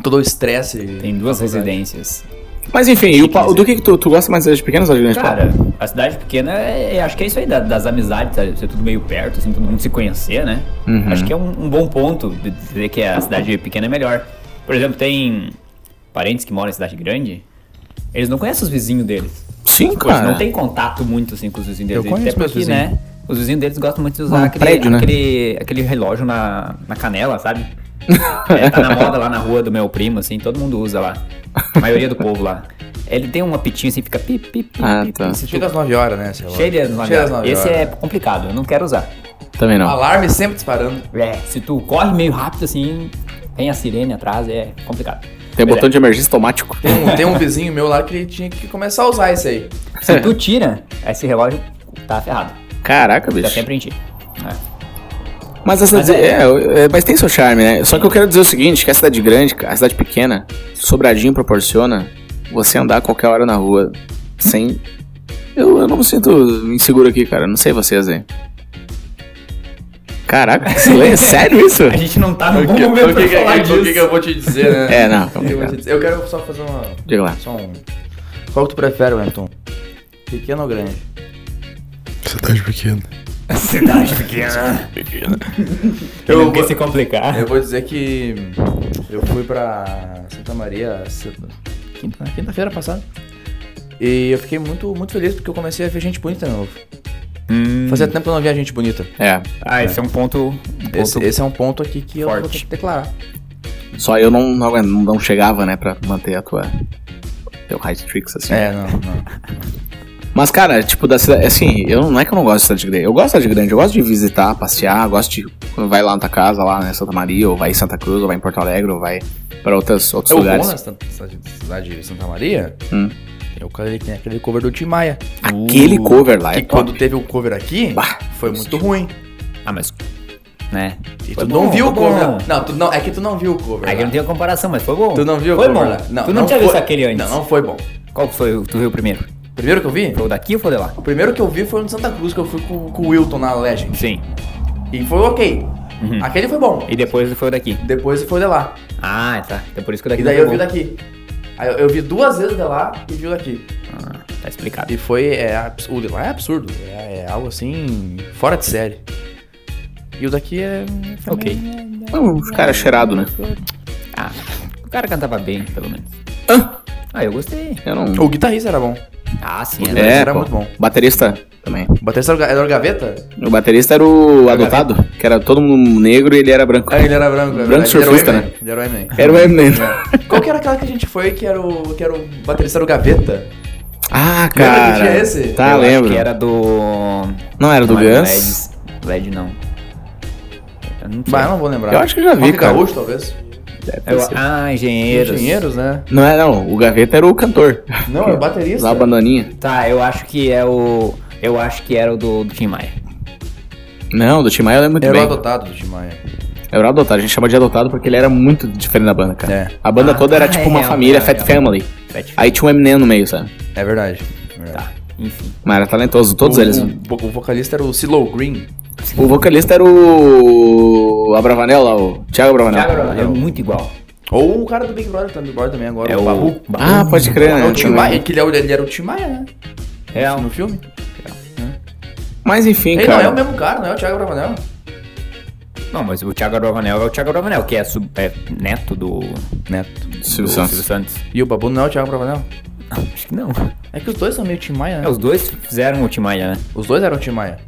S3: Todo o estresse.
S5: Tem duas residências.
S2: Mas enfim, e o, pa- do que, que tu, tu gosta mais das pequenas ou das grandes?
S5: Cara, a cidade pequena, é, é- acho que é isso aí da- das amizades, sabe? Ser tudo meio perto, assim, todo mundo se conhecer, né? Acho que é um, um bom ponto de dizer que a cidade pequena é melhor. Por exemplo, tem parentes que moram em cidade grande, eles não conhecem os vizinhos deles.
S2: Sim,
S5: Tipo, eles
S2: cara.
S5: não tem contato muito, assim, com os vizinhos deles.
S3: Eu conheço
S5: Até porque,
S3: meus
S5: né? Os vizinhos deles gostam muito de usar
S2: Um
S5: aquele,
S2: prédio, né?
S5: aquele, aquele relógio na, na canela, sabe? É, tá na moda lá na rua do meu primo, assim, todo mundo usa lá. A maioria do povo lá. Ele tem um apitinho assim, fica pi, pi, pi,
S2: Ah,
S5: pi,
S2: tá.
S5: pi, se tu-
S3: Chega às 9 horas, né? sei lá.
S5: Cheio de
S3: Cheio às nove
S5: Esse
S3: horas.
S5: é complicado, eu não quero usar.
S2: Também
S9: Ah,
S2: não.
S3: Alarme sempre disparando.
S5: É, se tu corre meio rápido assim, tem a sirene atrás, é complicado.
S2: Tem
S5: Pois é.
S2: botão de emergência automático.
S3: Tem um, tem um vizinho meu lá que ele tinha que começar a usar isso aí.
S5: Se tu tira, esse relógio tá ferrado.
S2: Caraca, bicho.
S5: Já sempre em ti. É.
S2: Mas essa. é, é, mas tem seu charme, né? Só que eu quero dizer o seguinte: que a cidade grande, a cidade pequena, Sobradinho proporciona você andar a qualquer hora na rua sem. Eu, eu não me sinto inseguro aqui, cara. Não sei vocês aí. Caraca, que silêncio. Sério isso?
S5: A gente não tá no bom
S9: O que-
S5: momento
S9: o que, é
S5: pra
S3: é
S9: que-
S5: falar
S9: o que
S5: disso.
S9: que eu vou te dizer, né?
S2: É, não.
S3: Eu, vou te dizer. Eu quero só fazer uma.
S2: Diga lá.
S3: Só um. Qual que tu prefere, Wellington? Pequeno ou grande?
S4: Cidade pequena.
S5: Cidade pequena.
S3: Eu
S5: Eu não
S3: vou-
S5: quer se complicar.
S3: Eu vou dizer que eu fui pra Santa Maria se- quinta- na quinta-feira passada. E eu fiquei muito, muito feliz porque eu comecei a ver gente bonita de novo.
S5: Hum,
S3: Fazia tempo que eu não via gente bonita.
S2: É.
S5: ah, esse é um ponto. um ponto-
S3: Esse, esse é um ponto aqui que eu vou
S5: Forte.
S3: ter que declarar.
S2: Só eu não, não, aguento- não chegava, né, pra manter a tua. Teu high tricks assim.
S3: É, não, não.
S2: Mas, cara, tipo, da cidade. Assim, eu não é que eu não gosto de cidade grande. Eu gosto de cidade grande, eu gosto de visitar, passear, gosto de. Quando vai lá na tua casa, lá em Santa Maria, ou vai em Santa Cruz, ou vai em Porto Alegre, ou vai pra outras, outros
S3: É o bom
S2: lugares.
S3: na cidade, cidade de Santa Maria.
S2: Hum.
S3: É o cara que tem aquele cover do Tim Maia.
S2: Aquele cover lá é
S3: que
S2: top.
S3: quando teve o cover aqui,
S2: Bah.
S3: foi muito ruim.
S5: Ah, mas né?
S3: E
S5: Foi
S3: tu não
S5: bom,
S3: viu o
S5: foi bom.
S3: cover. Não, tu não, é que tu não viu o cover.
S5: É que
S3: lá.
S5: não tem a comparação, mas foi bom.
S3: Tu não viu o
S5: Foi
S3: cover
S5: bom.
S3: lá.
S5: tu não, tinha
S3: foi-
S5: visto aquele antes.
S3: Não, não foi bom.
S5: Qual que foi o que tu viu primeiro?
S3: Primeiro que eu vi?
S5: Foi o daqui ou foi o de lá?
S3: O primeiro que eu vi foi um de Santa Cruz, que eu fui com, com o Wilton na Legend.
S5: Sim.
S3: E foi ok. Aquele foi bom.
S5: Uhum. E depois foi o daqui.
S3: Depois foi o de lá.
S5: Ah, tá. Então por isso que o daqui
S3: E daí
S5: não
S3: eu
S5: foi
S3: vi o
S5: bom.
S3: daqui. Aí eu, eu vi duas vezes o de lá e vi o daqui.
S5: Tá explicado.
S3: E foi. É, abs- o de lá é absurdo. É, é algo assim. fora de série. E o daqui é.
S5: Ok.
S2: Não, Os caras cheirados, né?
S5: Ah, o cara cantava bem, pelo menos. Ah, eu gostei.
S2: Eu não.
S3: O guitarrista era bom.
S5: Ah, sim.
S3: É,
S5: né?
S2: É,
S3: era
S2: pô.
S3: muito bom.
S2: Baterista também.
S3: O baterista era o Ga- era o Gaveta?
S2: O baterista era o adotado, que era todo mundo negro e ele era branco.
S3: Ah, ele era branco. é
S2: Branco
S3: verdade. Ele era o
S2: surfista,
S3: Eminem.
S2: né?
S3: Ele era o Eminem.
S2: Era o Eminem.
S3: É. Qual que era aquela que a gente foi que era o, que era o baterista era o Gaveta?
S2: Ah,
S3: Lembra
S2: cara.
S3: que tinha esse?
S2: Tá,
S5: eu
S2: lembro.
S5: Acho que era do.
S2: Não, era do
S3: é
S2: Guns.
S5: Guns? LED não. Eu não sei.
S3: Bah, eu Ah, não vou lembrar.
S2: Eu acho que eu já vi,
S3: Rock
S2: cara.
S3: Gaúcho, talvez.
S5: Eu- ah, engenheiros.
S3: Engenheiros, né?
S2: Não é, não. O Gaveta era o cantor.
S3: Não, é o baterista.
S2: Lá a bananinha.
S5: Tá, eu acho que é o. Eu acho que era o do, do Tim Maia.
S2: Não, do Tim Maia eu lembro muito
S3: Era o
S2: bem.
S3: adotado do Tim Maia.
S2: Era É o adotado. A gente chama de adotado porque ele era muito diferente da banda, cara.
S3: É.
S2: A banda
S5: Ah,
S2: toda era
S5: tá,
S2: tipo
S5: é
S2: uma
S5: real,
S2: família,
S5: real,
S2: Fat
S5: real.
S2: Family.
S5: Fat
S2: Aí tinha um Eminem no meio, sabe?
S3: É verdade. é verdade.
S5: Tá, enfim.
S2: Mas era talentoso, todos
S3: O-
S2: eles.
S3: O, vo- o vocalista era o Silo Green.
S2: O vocalista era o Abravanel lá, o Thiago Abravanel.
S5: é muito igual.
S3: Ou o cara do Big Brother também, Brother também agora,
S5: É
S3: o Babu.
S5: o.
S2: Ah, pode crer, né?
S3: É o Tim
S2: Também.
S3: Maia, que ele, é o- ele era o Tim Maia, né?
S5: É,
S3: No filme.
S2: Mas enfim,
S3: Ele não
S2: cara.
S3: é o mesmo cara, não é o Thiago Bravanel?
S5: Não, mas o Thiago Abravanel é o Thiago Abravanel, que é, sub- é neto do.
S3: Neto.
S5: do
S2: Silvio Santos.
S5: Silvio Santos.
S3: E o Babu não é o Thiago Bravanel?
S5: Não, acho que não.
S3: É que os dois são meio Tim Maia,
S5: É,
S3: né?
S5: os dois fizeram o Tim Maia, né?
S3: Os dois eram o Tim Maia.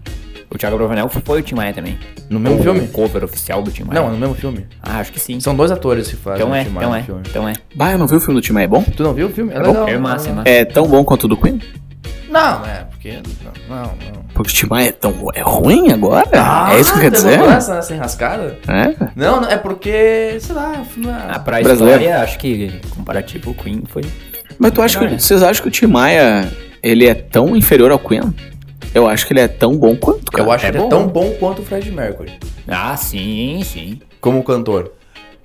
S5: O Thiago Abravanel foi o Tim Maia também.
S3: No mesmo
S5: Ou
S3: É um filme?
S5: O cover oficial do Tim Maia.
S3: Não, é no mesmo filme.
S5: Ah, acho que sim.
S3: São dois atores que fazem
S5: Então
S3: o
S5: é,
S3: Tim Maia né?
S5: então
S3: no filme.
S5: é, então é.
S2: Bah, eu não vi o filme do Tim Maia. É bom?
S3: Tu não viu o filme? É
S5: bom,
S3: legal.
S5: é massa,
S3: é
S5: é
S3: legal.
S5: massa.
S2: É tão bom quanto o do Queen?
S3: Não, é, porque... Não, não.
S2: Porque o Tim Maia é tão é ruim agora?
S5: Ah,
S2: é isso que quer
S3: tem
S2: dizer?
S3: uma Essa, essa enrascada?
S2: É?
S3: Não, não, é porque, sei lá, o filme é-
S5: Ah, pra
S2: Brasileiro.
S5: história, acho que comparativo o Queen foi.
S2: Mas tu acha que, vocês acham que o Tim Maia ele é tão inferior ao Queen? Eu acho que ele é tão bom quanto, cara.
S3: eu acho
S5: é
S3: que ele é
S5: bom.
S3: tão bom quanto o Fred Mercury.
S5: Ah, sim, sim.
S3: Como cantor.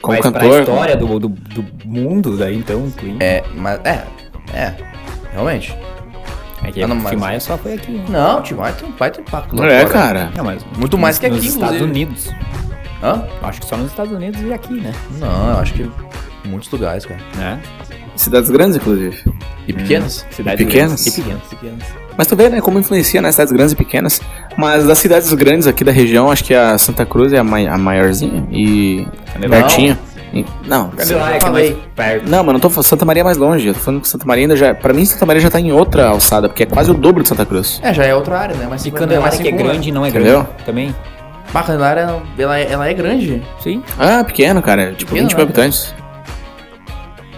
S2: Como
S5: Mas pra
S2: cantor.
S5: história do, do, do mundo, daí então, o Queen.
S3: É, mas, é, é, realmente.
S5: É que
S3: Ah, não,
S5: o
S3: mas-
S5: Tim Maia só foi aqui. né?
S3: Não, o Tim Maia tem um baita impacto lá
S2: É,
S3: fora.
S2: cara.
S5: Não, mas
S3: Muito mais que
S5: nos
S3: aqui,
S5: Estados
S3: inclusive.
S5: Unidos.
S3: Hã?
S5: Eu Acho que só nos Estados Unidos e aqui, né?
S3: Não, eu acho que em muitos lugares, cara.
S5: É.
S2: Cidades grandes, inclusive.
S3: E pequenos?
S5: Cidades
S2: pequenas?
S5: grandes E pequenas.
S3: Pequenos.
S2: Mas tu vê, né, como influencia nas cidades grandes e pequenas. Mas das cidades grandes aqui da região, acho que a Santa Cruz é a, mai- a maiorzinha e
S5: Não.
S2: É pertinho. E- Não,
S5: Sei lá, é que é mais perto.
S2: não, mas não tô falando Santa Maria é mais longe. Eu tô falando que Santa Maria ainda já. Pra mim, Santa Maria já tá em outra alçada, porque é quase o dobro de Santa Cruz.
S3: É, já é outra área, né? Mas
S5: E Candelária que é grande e não é grande.
S2: Entendeu?
S5: Também?
S3: Mas Candelária, né? ela, é- ela é grande.
S5: Sim.
S2: Ah, pequeno, cara. Tipo,
S3: Pequeno,
S2: 20 mil
S3: né?
S2: habitantes.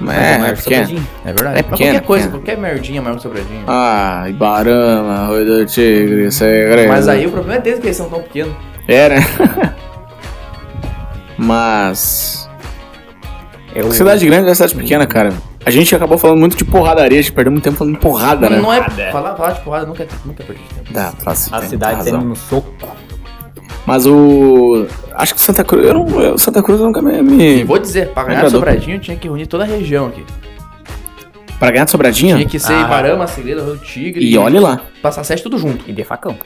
S2: Mas
S5: Mas
S2: é,
S5: maior
S2: é
S5: que
S2: pequeno.
S5: Sobradinho.
S3: É verdade.
S2: É
S3: Mas
S2: pequeno,
S3: qualquer coisa,
S2: pequeno.
S3: qualquer merdinha maior que sobradinho.
S2: Ah, Ibarama, Rui do Tigre, É, né? isso aí, galera.
S3: Mas aí o problema é deles que eles são tão pequenos.
S2: Era. Mas.
S5: É o-
S2: Cidade grande é cidade pequena, cara. A gente acabou falando muito de porradaria, a gente perdeu muito tempo falando de porrada, né?
S3: Não é.
S5: Nada.
S3: Falar, falar de porrada nunca, nunca é perdi tempo.
S2: Dá, fácil.
S5: A
S2: tem
S5: cidade
S2: razão.
S5: sendo no soco.
S2: Mas o. Acho que Santa Cruz. Eu não, eu- Santa Cruz nunca me. me-
S3: E vou dizer, pra ganhar
S2: Lembra do-
S3: sobradinho tinha que reunir toda a região aqui.
S2: Pra ganhar de sobradinha?
S3: Tinha que ser
S5: Ah.
S3: Ibarama, Segredo, Rio Tigre.
S2: E olha lá.
S3: Passar sete tudo junto.
S5: E de facão.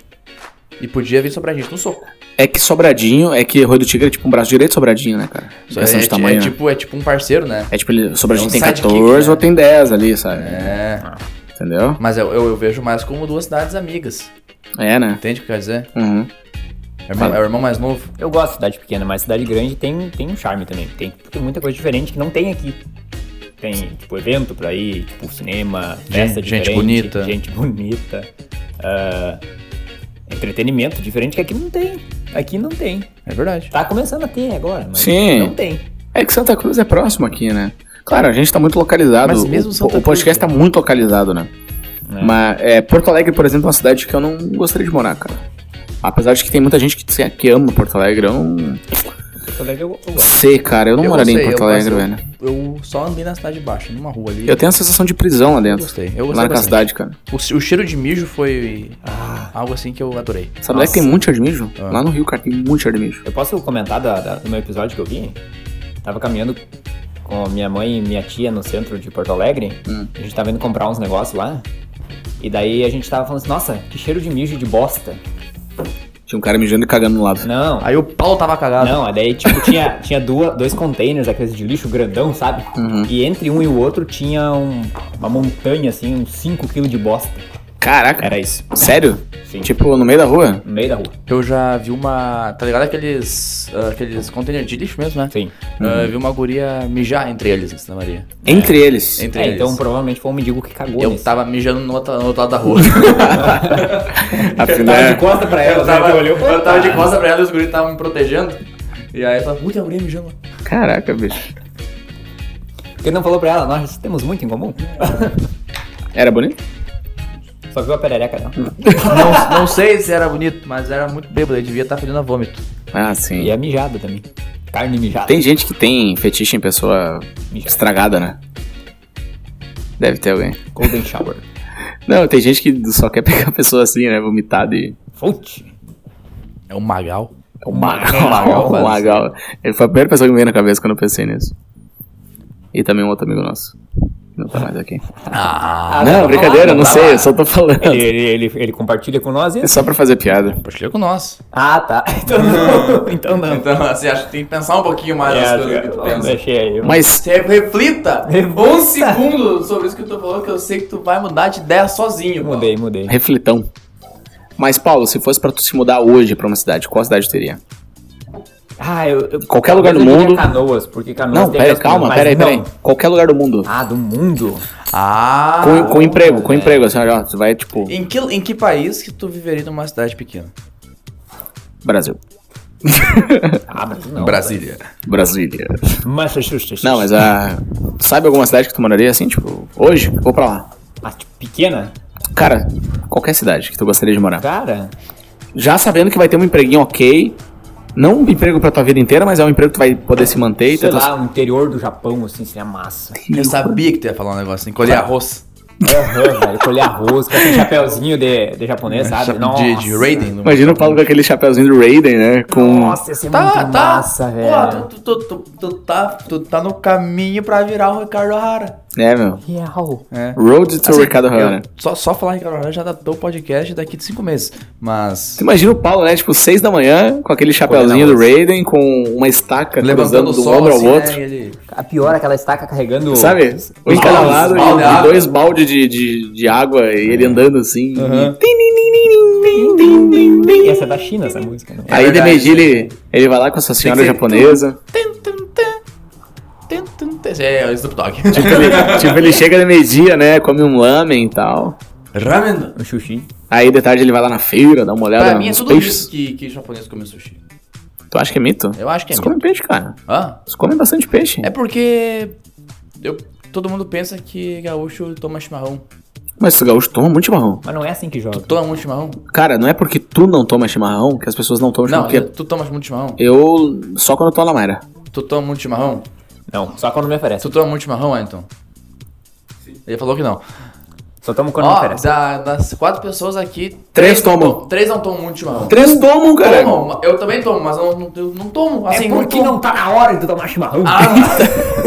S3: E podia vir sobradinho no soco.
S2: É que sobradinho, é que Rui do Tigre é tipo um braço direito de sobradinho, né, cara?
S3: Só
S2: Questão
S3: é,
S2: de
S3: ti-
S2: tamanho.
S3: é
S2: né?
S3: tipo, é tipo um parceiro, né?
S2: É tipo, ele, sobradinho
S3: É um
S2: tem
S3: sidekick,
S2: 14
S3: né?
S2: ou tem 10 ali, sabe?
S3: É.
S2: Entendeu?
S3: Mas eu, eu, eu vejo mais como duas cidades amigas.
S2: É, né?
S3: Entende o que eu quero dizer?
S2: Uhum.
S3: É o irmão, é o irmão mais novo.
S5: Eu gosto de cidade pequena, mas cidade grande tem, tem um charme também. Tem, tem muita coisa diferente que não tem aqui. Tem, tipo, evento pra ir, tipo, cinema, festa
S3: gente
S5: diferente.
S3: bonita.
S5: Gente bonita. ah, entretenimento diferente que aqui não tem. Aqui não tem.
S3: É verdade.
S5: Tá começando a ter agora, mas
S2: Sim.
S5: não tem.
S2: É que Santa Cruz é próximo aqui, né? Claro, a gente tá muito localizado.
S3: Mas mesmo
S2: o,
S3: Santa
S2: o podcast
S3: Cruz,
S2: tá muito localizado, né? Mas é, Porto Alegre, por exemplo, é uma cidade que eu não gostaria de morar, cara. Apesar de que tem muita gente que, diz que ama Porto Alegre, eu não
S5: Porto Alegre eu, eu gosto.
S2: sei, cara. Eu não
S3: Eu
S2: moraria
S3: gostei,
S2: em Porto
S3: eu
S2: Alegre,
S3: passei-
S2: velho.
S3: Eu só andei na cidade baixa, numa rua ali.
S2: Eu tenho a sensação de prisão lá
S3: Eu
S2: dentro.
S3: gostei. Eu
S2: lá
S3: gostei
S2: naquela
S3: bastante.
S2: cidade, cara.
S3: O, o cheiro de mijo foi.
S2: Ah.
S3: Algo assim que eu adorei.
S2: Sabe onde é que tem um monte de armijo? Lá no Rio, cara, tem um monte de armijo.
S5: Eu posso comentar da- da- do meu episódio que eu vi? Tava caminhando com a minha mãe e minha tia no centro de Porto Alegre. A gente tava indo comprar uns negócios lá. E daí a gente tava falando assim, nossa, que cheiro de mijo de bosta.
S2: Tinha um cara mijando e cagando no lado.
S5: Não,
S3: Aí o pau tava cagado.
S5: não, daí tipo tinha, tinha duas, dois containers aqueles de lixo grandão, sabe? E entre um e o outro tinha um- uma montanha assim, uns 5 kg de bosta.
S2: Caraca.
S5: Era isso,
S2: Sério?
S5: Sim.
S2: Tipo, no meio da rua?
S5: no meio da rua.
S3: Eu já vi uma. Tá ligado? Aqueles. ah, aqueles container de lixo mesmo, né?
S5: Sim.
S3: Ah,
S2: Uhum.
S3: eu vi uma guria mijar entre eles em Santa Maria.
S2: Entre eles.
S3: Entre
S5: É,
S3: eles.
S5: então provavelmente foi um mendigo que cagou
S3: eu
S5: nesse.
S3: tava mijando no outro, no outro lado da rua.
S2: Afinal,
S5: Tava de costa pra ela,
S3: eu, tava,
S5: né? Tu olhou,
S3: eu tava de costas pra ela e os guris estavam me protegendo. E aí eu falei, ui, tem uma guria mijando lá.
S2: Caraca, bicho.
S5: Ele não falou pra ela, nós temos muito em comum.
S2: Era bonito?
S5: Só viu a perereca dela.
S3: não, não sei se era bonito, mas era muito bêbado. Ele devia estar fedendo a vômito.
S2: Ah, sim.
S5: E é mijada também. Carne mijada.
S2: Tem gente que tem fetiche em pessoa estragada, né? Deve ter alguém.
S5: Golden shower.
S2: Não, tem gente que só quer pegar a pessoa assim, né? Vomitada e.
S5: Fonte.
S3: É um magal.
S2: O Magal. Magal,
S3: Magal.
S2: Magal. Ele É, foi a primeira pessoa que me veio na cabeça quando eu pensei nisso. E também um outro amigo nosso. Não tá mais aqui.
S5: Ah,
S2: não, brincadeira, não sei, eu só tô falando.
S5: Ele, ele, ele, ele compartilha com nós
S2: É
S5: isso?
S2: só pra fazer piada.
S3: Compartilha é com nós.
S5: Ah, tá. Então não. Então não.
S9: Então, assim, acho que tem que pensar um pouquinho mais
S5: É,
S9: nas
S5: acho
S9: coisas que tu
S5: que-
S9: pensa.
S5: Deixei aí.
S2: Mas
S9: Você reflita
S5: Reflita.
S9: um segundo sobre isso que eu tô falando, que eu sei que tu vai mudar de ideia sozinho. Paulo.
S5: Mudei, mudei.
S2: Reflitão. Mas, Paulo, se fosse pra tu se mudar hoje pra uma cidade, qual cidade tu teria?
S5: Ah, eu. eu-
S2: Qualquer lugar do
S5: eu diria
S2: mundo.
S5: Canoas, porque canoas
S2: Não,
S5: tem
S2: pera aí,
S5: aquelas
S2: calma,
S5: coisas,
S2: pera aí,
S5: mas
S2: pera aí.
S5: não.
S2: Qualquer lugar do mundo.
S5: Ah, do mundo?
S9: Ah!
S2: com, com emprego, com emprego, assim, ó, tu vai, tipo,
S3: Em que, em que país que tu viveria numa cidade pequena?
S2: Brasil.
S5: Ah, mas não.
S3: Brasília.
S2: Brasília.
S5: Massachusetts.
S2: Não, mas a. Sabe alguma cidade que tu moraria assim, tipo, hoje? Vou pra lá.
S5: Ah, tipo, pequena?
S2: Cara, qualquer cidade que tu gostaria de morar.
S5: Cara.
S2: Já sabendo que vai ter um empreguinho ok. Não um emprego pra tua vida inteira, mas é um emprego que tu vai poder se manter e
S5: Sei
S2: tentar.
S5: lá, o interior do Japão, assim, seria massa.
S3: Eu sabia que tu ia falar um negócio assim, colher arroz.
S5: Aham, velho. Colher arroz, com aquele chapéuzinho de, de japonês, sabe? Nossa.
S3: um De, de Raiden. no-
S2: Imagina o Paulo com aquele chapéuzinho do Raiden, né? Com.
S5: Nossa, ia ser
S9: Tá,
S5: muito
S9: tá.
S5: massa,
S9: Pô,
S5: velho.
S9: tu, tu, tu, tu, tu tá, tu tá no caminho pra virar o Ricardo O'Hara.
S2: É, meu.
S5: Real.
S9: É.
S2: Road
S9: Assim,
S2: to né? Ricardo Hanna.
S3: Eu- só, só falar em Ricardo O'Hara já dá o podcast daqui de cinco meses. Mas.
S2: Tu imagina o Paulo, né? Tipo, seis da manhã, com aquele chapéuzinho do Raiden, com uma estaca
S9: assim. Levantando o
S2: cruzando do
S9: sol,
S2: ombro um ao
S9: assim,
S2: outro.
S9: né? e Ele...
S5: A pior é que ela estaca carregando.
S2: Sabe? Um em cada
S9: baldes,
S2: lado
S9: balde de
S2: e
S9: água. Uhum.
S2: dois baldes de, de, de água e ele andando assim.
S5: Essa é da China, essa música, não.
S2: Aí de
S9: verdade,
S2: meio dia ele, ele vai lá com essa senhora
S9: ser
S2: japonesa.
S9: Tum, tum, tum. Tum, tum, tum. Esse É o Snoop Dogg.
S2: Tipo ele, tipo, ele chega de meio dia, né? Come um lamen e tal.
S9: Ramen.
S5: Um sushi.
S2: Aí de tarde ele vai lá na feira, dá uma olhada
S9: Pra mim é
S2: nos
S9: tudo
S2: peixes.
S9: isso que, que japonês come sushi.
S2: Tu acha que é mito?
S9: Eu acho que é
S2: Eles
S9: mito.
S2: comem peixe, cara.
S9: Hã?
S2: Eles comem bastante peixe.
S9: É porque eu- todo mundo pensa que gaúcho toma chimarrão.
S2: Mas o gaúcho toma muito chimarrão.
S5: Mas não é assim que joga.
S9: Toma muito chimarrão?
S2: Cara, não é porque tu não toma chimarrão que as pessoas não tomam
S9: Não,
S2: chimarrão. porque
S9: tu tomas muito chimarrão?
S2: eu só quando eu tô na Mayra.
S9: Tu toma muito chimarrão?
S5: Não, só quando me oferece.
S9: Tu toma muito chimarrão, então? Ele falou que não.
S5: Só tomo quando me
S9: Ó,
S5: oferece.
S9: da- das quatro pessoas aqui...
S2: Três
S9: não
S2: tomam.
S9: tom- Três não tomam muito chimarrão.
S2: Três tomam, cara.
S9: Tomam, eu também tomo, mas eu não, eu não tomo. Assim,
S5: é porque
S9: não
S5: não tá na hora de tomar chimarrão.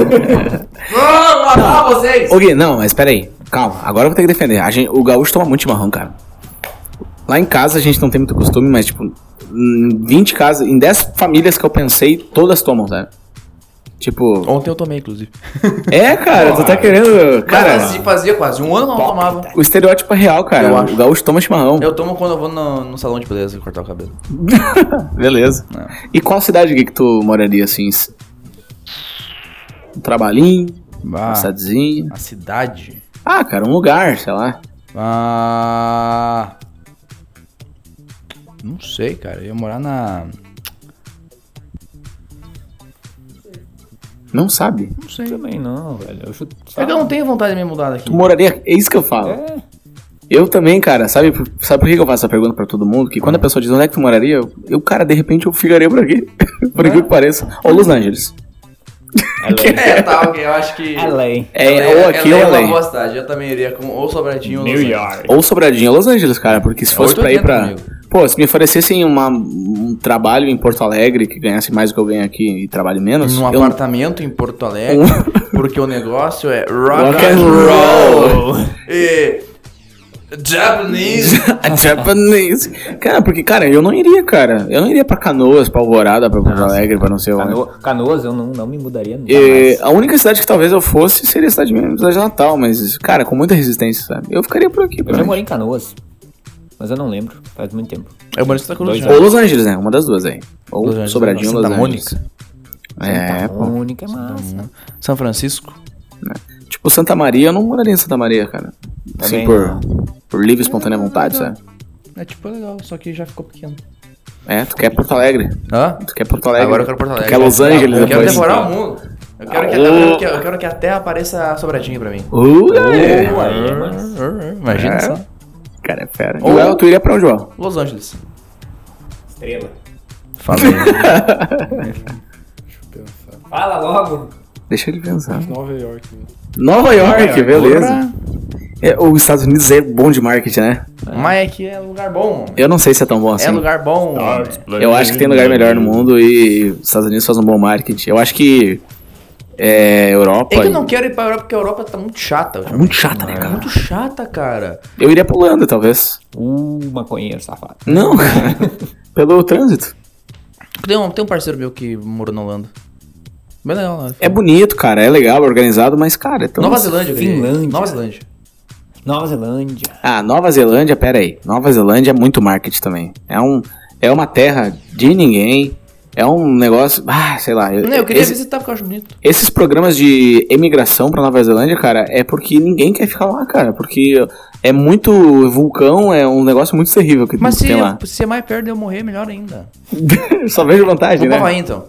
S9: Vou matar vocês!
S2: Ô Gui, não, mas peraí. Calma, agora eu vou ter que defender. A gente, o gaúcho toma muito chimarrão, cara. Lá em casa a gente não tem muito costume, mas tipo, em 20 casas, em 10 famílias que eu pensei, todas tomam, sabe? Tipo,
S3: Ontem eu tomei, inclusive.
S2: é, cara, tu tá querendo.
S9: Cara,
S2: Cara,
S9: se fazia quase um ano que eu não tomava.
S2: o estereótipo é real, cara.
S9: Eu
S2: O
S9: acho.
S2: gaúcho toma chimarrão.
S9: Eu tomo quando eu vou no, no salão de beleza cortar o cabelo.
S2: Beleza. E qual cidade Gui, que tu moraria assim? s- Um trabalhinho,
S9: Ah.
S2: uma cidadezinha.
S9: a cidade.
S2: Ah, cara, um lugar, sei lá.
S9: Ah. Não sei, cara. Eu ia morar na.
S2: Não sabe.
S9: Não sei.
S5: Também não, velho. Eu chuto.
S9: É que eu não tenho vontade de me mudar daqui.
S2: Tu moraria. É isso que eu falo.
S5: É.
S2: Eu também, cara, sabe, por- sabe por que que eu faço essa pergunta pra todo mundo? Que quando a pessoa diz onde é que tu moraria, eu, eu, cara, de repente eu ficaria por aqui. por incrível que pareça. Ô, Los Angeles.
S5: Além.
S3: É, tá, ok. Eu acho que.
S5: Além.
S2: É,
S3: Ela-
S2: ou aqui ou
S3: ela é uma
S2: além.
S3: boa cidade. Eu também iria com ou Sobradinho ou
S5: New
S3: Los Angeles.
S5: York.
S2: Ou Sobradinho, Los Angeles, cara, porque se
S3: É
S2: fosse pra ir pra.
S3: 880
S2: Pô, se me oferecessem uma- um trabalho em Porto Alegre que ganhasse mais do que eu ganho aqui e trabalho menos,
S3: Num
S2: eu
S3: apartamento em Porto Alegre, porque o negócio é rock,
S2: Rock
S3: and
S2: and
S3: roll. E Japanese.
S2: A Japanese. Cara, porque, cara, eu não iria, cara. Eu não iria pra Canoas, pra Alvorada, pra Porto Alegre, pra não sei onde.
S5: Cano- Canoas, eu não, não me mudaria nunca
S2: E
S5: mais.
S2: a única cidade que talvez eu fosse seria a cidade minha, a cidade de Natal, mas, cara, com muita resistência, sabe? Eu ficaria por aqui.
S5: Eu já
S2: provavelmente.
S5: morei em Canoas, mas eu não lembro, faz muito tempo.
S3: Eu moro em Santa Cruz
S5: Dois
S3: já.
S2: Ou Los Angeles, né? Uma das duas aí. Ou
S3: Los Angeles,
S2: Sobradinho, Los
S3: Santa
S2: Angeles.
S3: Mônica.
S2: É,
S5: Santa
S2: pô.
S5: Mônica é massa.
S3: São Francisco.
S2: Tipo, Santa Maria, eu não moraria em Santa Maria, cara. Assim,
S5: Também
S2: por, por livre e espontânea vontade, sabe?
S3: É tipo legal, só que já ficou pequeno.
S2: É, tu quer Porto Alegre.
S3: Hã?
S2: Tu quer Porto Alegre.
S3: Agora eu quero Porto Alegre.
S2: Tu quer Los Angeles
S3: Eu quero
S2: depois. Uhum.
S3: devorar o mundo. Eu quero, que a,
S2: Alô?
S3: eu, quero, eu quero que a terra apareça sobradinho pra mim.
S2: Uh, é.
S3: Imagina só.
S2: Cara, é fera.
S3: Ou-
S2: Joel, tu iria pra onde, Joel?
S3: Los Angeles.
S5: Estrela.
S3: Falei.
S5: Fala logo.
S2: Deixa ele pensar.
S10: Nova York. né?
S2: Nova York,
S5: York,
S2: beleza. É, os Estados Unidos é bom de marketing, né?
S3: Mas aqui é lugar bom.
S2: Eu não sei se é tão bom assim.
S3: É lugar bom.
S2: Eu acho que tem lugar melhor no mundo e os Estados Unidos fazem um bom marketing. Eu acho que é, Europa.
S3: É que eu não quero ir pra Europa porque a Europa tá muito chata.
S2: É muito chata, né,
S3: É
S2: cara?
S3: muito chata, cara.
S2: Eu iria pra Holanda, talvez.
S5: Uh, maconheiro safado.
S2: Não, cara. Pelo trânsito.
S3: Tem um, tem um parceiro meu que morou na Holanda. Bem legal lá.
S2: É bonito, cara. É legal, é organizado, mas, cara... é tão-
S3: Nova Zelândia, eu queria ir.
S5: Finlândia.
S3: Nova Zelândia.
S5: Nova Zelândia.
S2: Ah, Nova Zelândia, pera aí. Nova Zelândia é muito marketing também. É, um, é uma terra de ninguém. É um negócio... Ah, sei lá.
S3: Não, eu queria
S2: esse-
S3: visitar porque eu acho bonito.
S2: Esses programas de emigração pra Nova Zelândia, cara, é porque ninguém quer ficar lá, cara. Porque é muito vulcão, é um negócio muito terrível que
S3: Mas se,
S2: tem lá.
S3: se é mais perto de eu morrer, melhor ainda.
S2: Só vejo
S3: Vou
S2: vantagem, né?
S3: pra Havaí, então.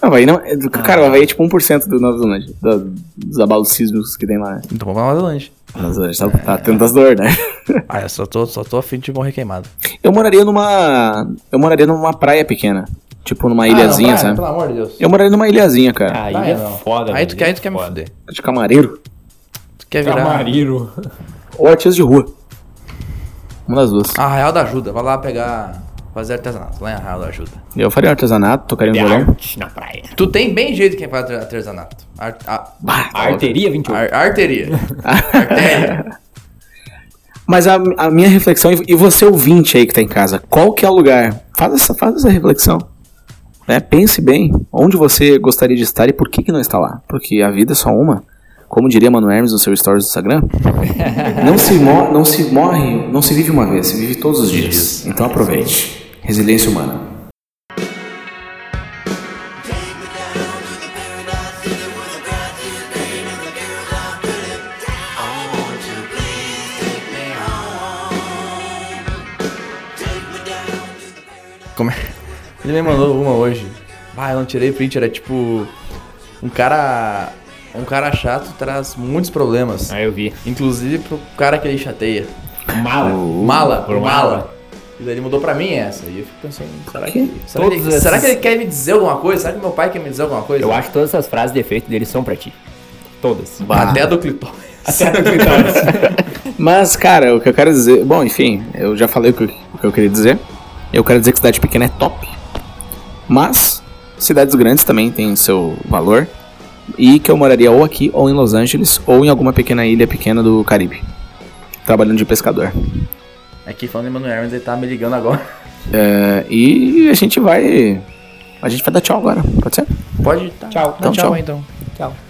S2: Havaí não, é do- cara, o Havaí é tipo 1% do Nova Zelândia, do- dos abalos sísmicos que tem lá, né?
S3: Então vou pra Nova Zelândia.
S2: Nova Zelândia tá, tá tendo as dores, né?
S3: Ah, eu só tô, só tô afim de morrer queimado.
S2: Eu moraria numa. Eu moraria numa praia pequena. Tipo
S3: Ah,
S2: numa ilhazinha, sabe?
S3: Pelo amor de Deus.
S2: Eu moraria numa ilhazinha, cara.
S5: Aí
S3: Ah,
S5: é
S3: não.
S5: foda,
S3: Aí tu quer, aí tu quer me foder.
S2: De camareiro.
S3: Tu quer virar.
S5: Camariro.
S2: Ou artista de rua. Uma das duas.
S3: Ah, Arraial da Ajuda. Vai lá pegar. Fazer artesanato lá em Arraial da Ajuda.
S2: Eu faria artesanato, tocaria um
S5: De
S2: violão.
S5: arte na praia.
S3: Tu tem bem jeito quem faz arte- artesanato. Ar, a-
S2: Bah,
S5: Arteria 28.
S3: ar- arteria. Artéria.
S2: Mas a, a minha reflexão, e você ouvinte aí que tá em casa, qual que é o lugar? Faz essa, faz essa reflexão. né? Pense bem onde você gostaria de estar e por que, que não está lá. Porque a vida é só uma. Como diria Mano Hermes no seu stories do Instagram, não se, mo- não se morre, não se vive uma vez, se vive todos os dias. Então aproveite. Resiliência humana.
S3: Como é? Ele me mandou uma hoje. Ah, eu não tirei print, era tipo. Um cara. Um cara chato traz muitos problemas.
S5: Aí eu vi.
S3: Inclusive pro cara que ele chateia.
S5: Mala.
S3: Uh, Mala,
S5: por
S3: mala. E daí ele mudou pra mim essa. E eu fico pensando, será que. Será que,
S5: Todos
S3: ele, será que
S5: esses-
S3: ele quer me dizer alguma coisa? Será que meu pai quer me dizer alguma coisa?
S5: Eu acho que todas essas frases de efeito deles são pra ti. Todas.
S3: Até do clipão.
S5: Até no clitóris.
S2: Mas, cara, o que eu quero dizer. Bom, enfim, eu já falei o que, o que eu queria dizer. Eu quero dizer que cidade pequena é top. Mas, cidades grandes também têm seu valor. E que eu moraria ou aqui, ou em Los Angeles, ou em alguma pequena ilha pequena do Caribe. Trabalhando de pescador.
S3: Aqui É falando em Mano Hermes, ele tá me ligando agora.
S2: É, e a gente vai. A gente vai dar tchau agora, pode ser?
S3: Pode tá.
S5: Tchau.
S3: Dá
S2: Então,
S3: tchau,
S2: tchau.
S3: então.
S5: Tchau.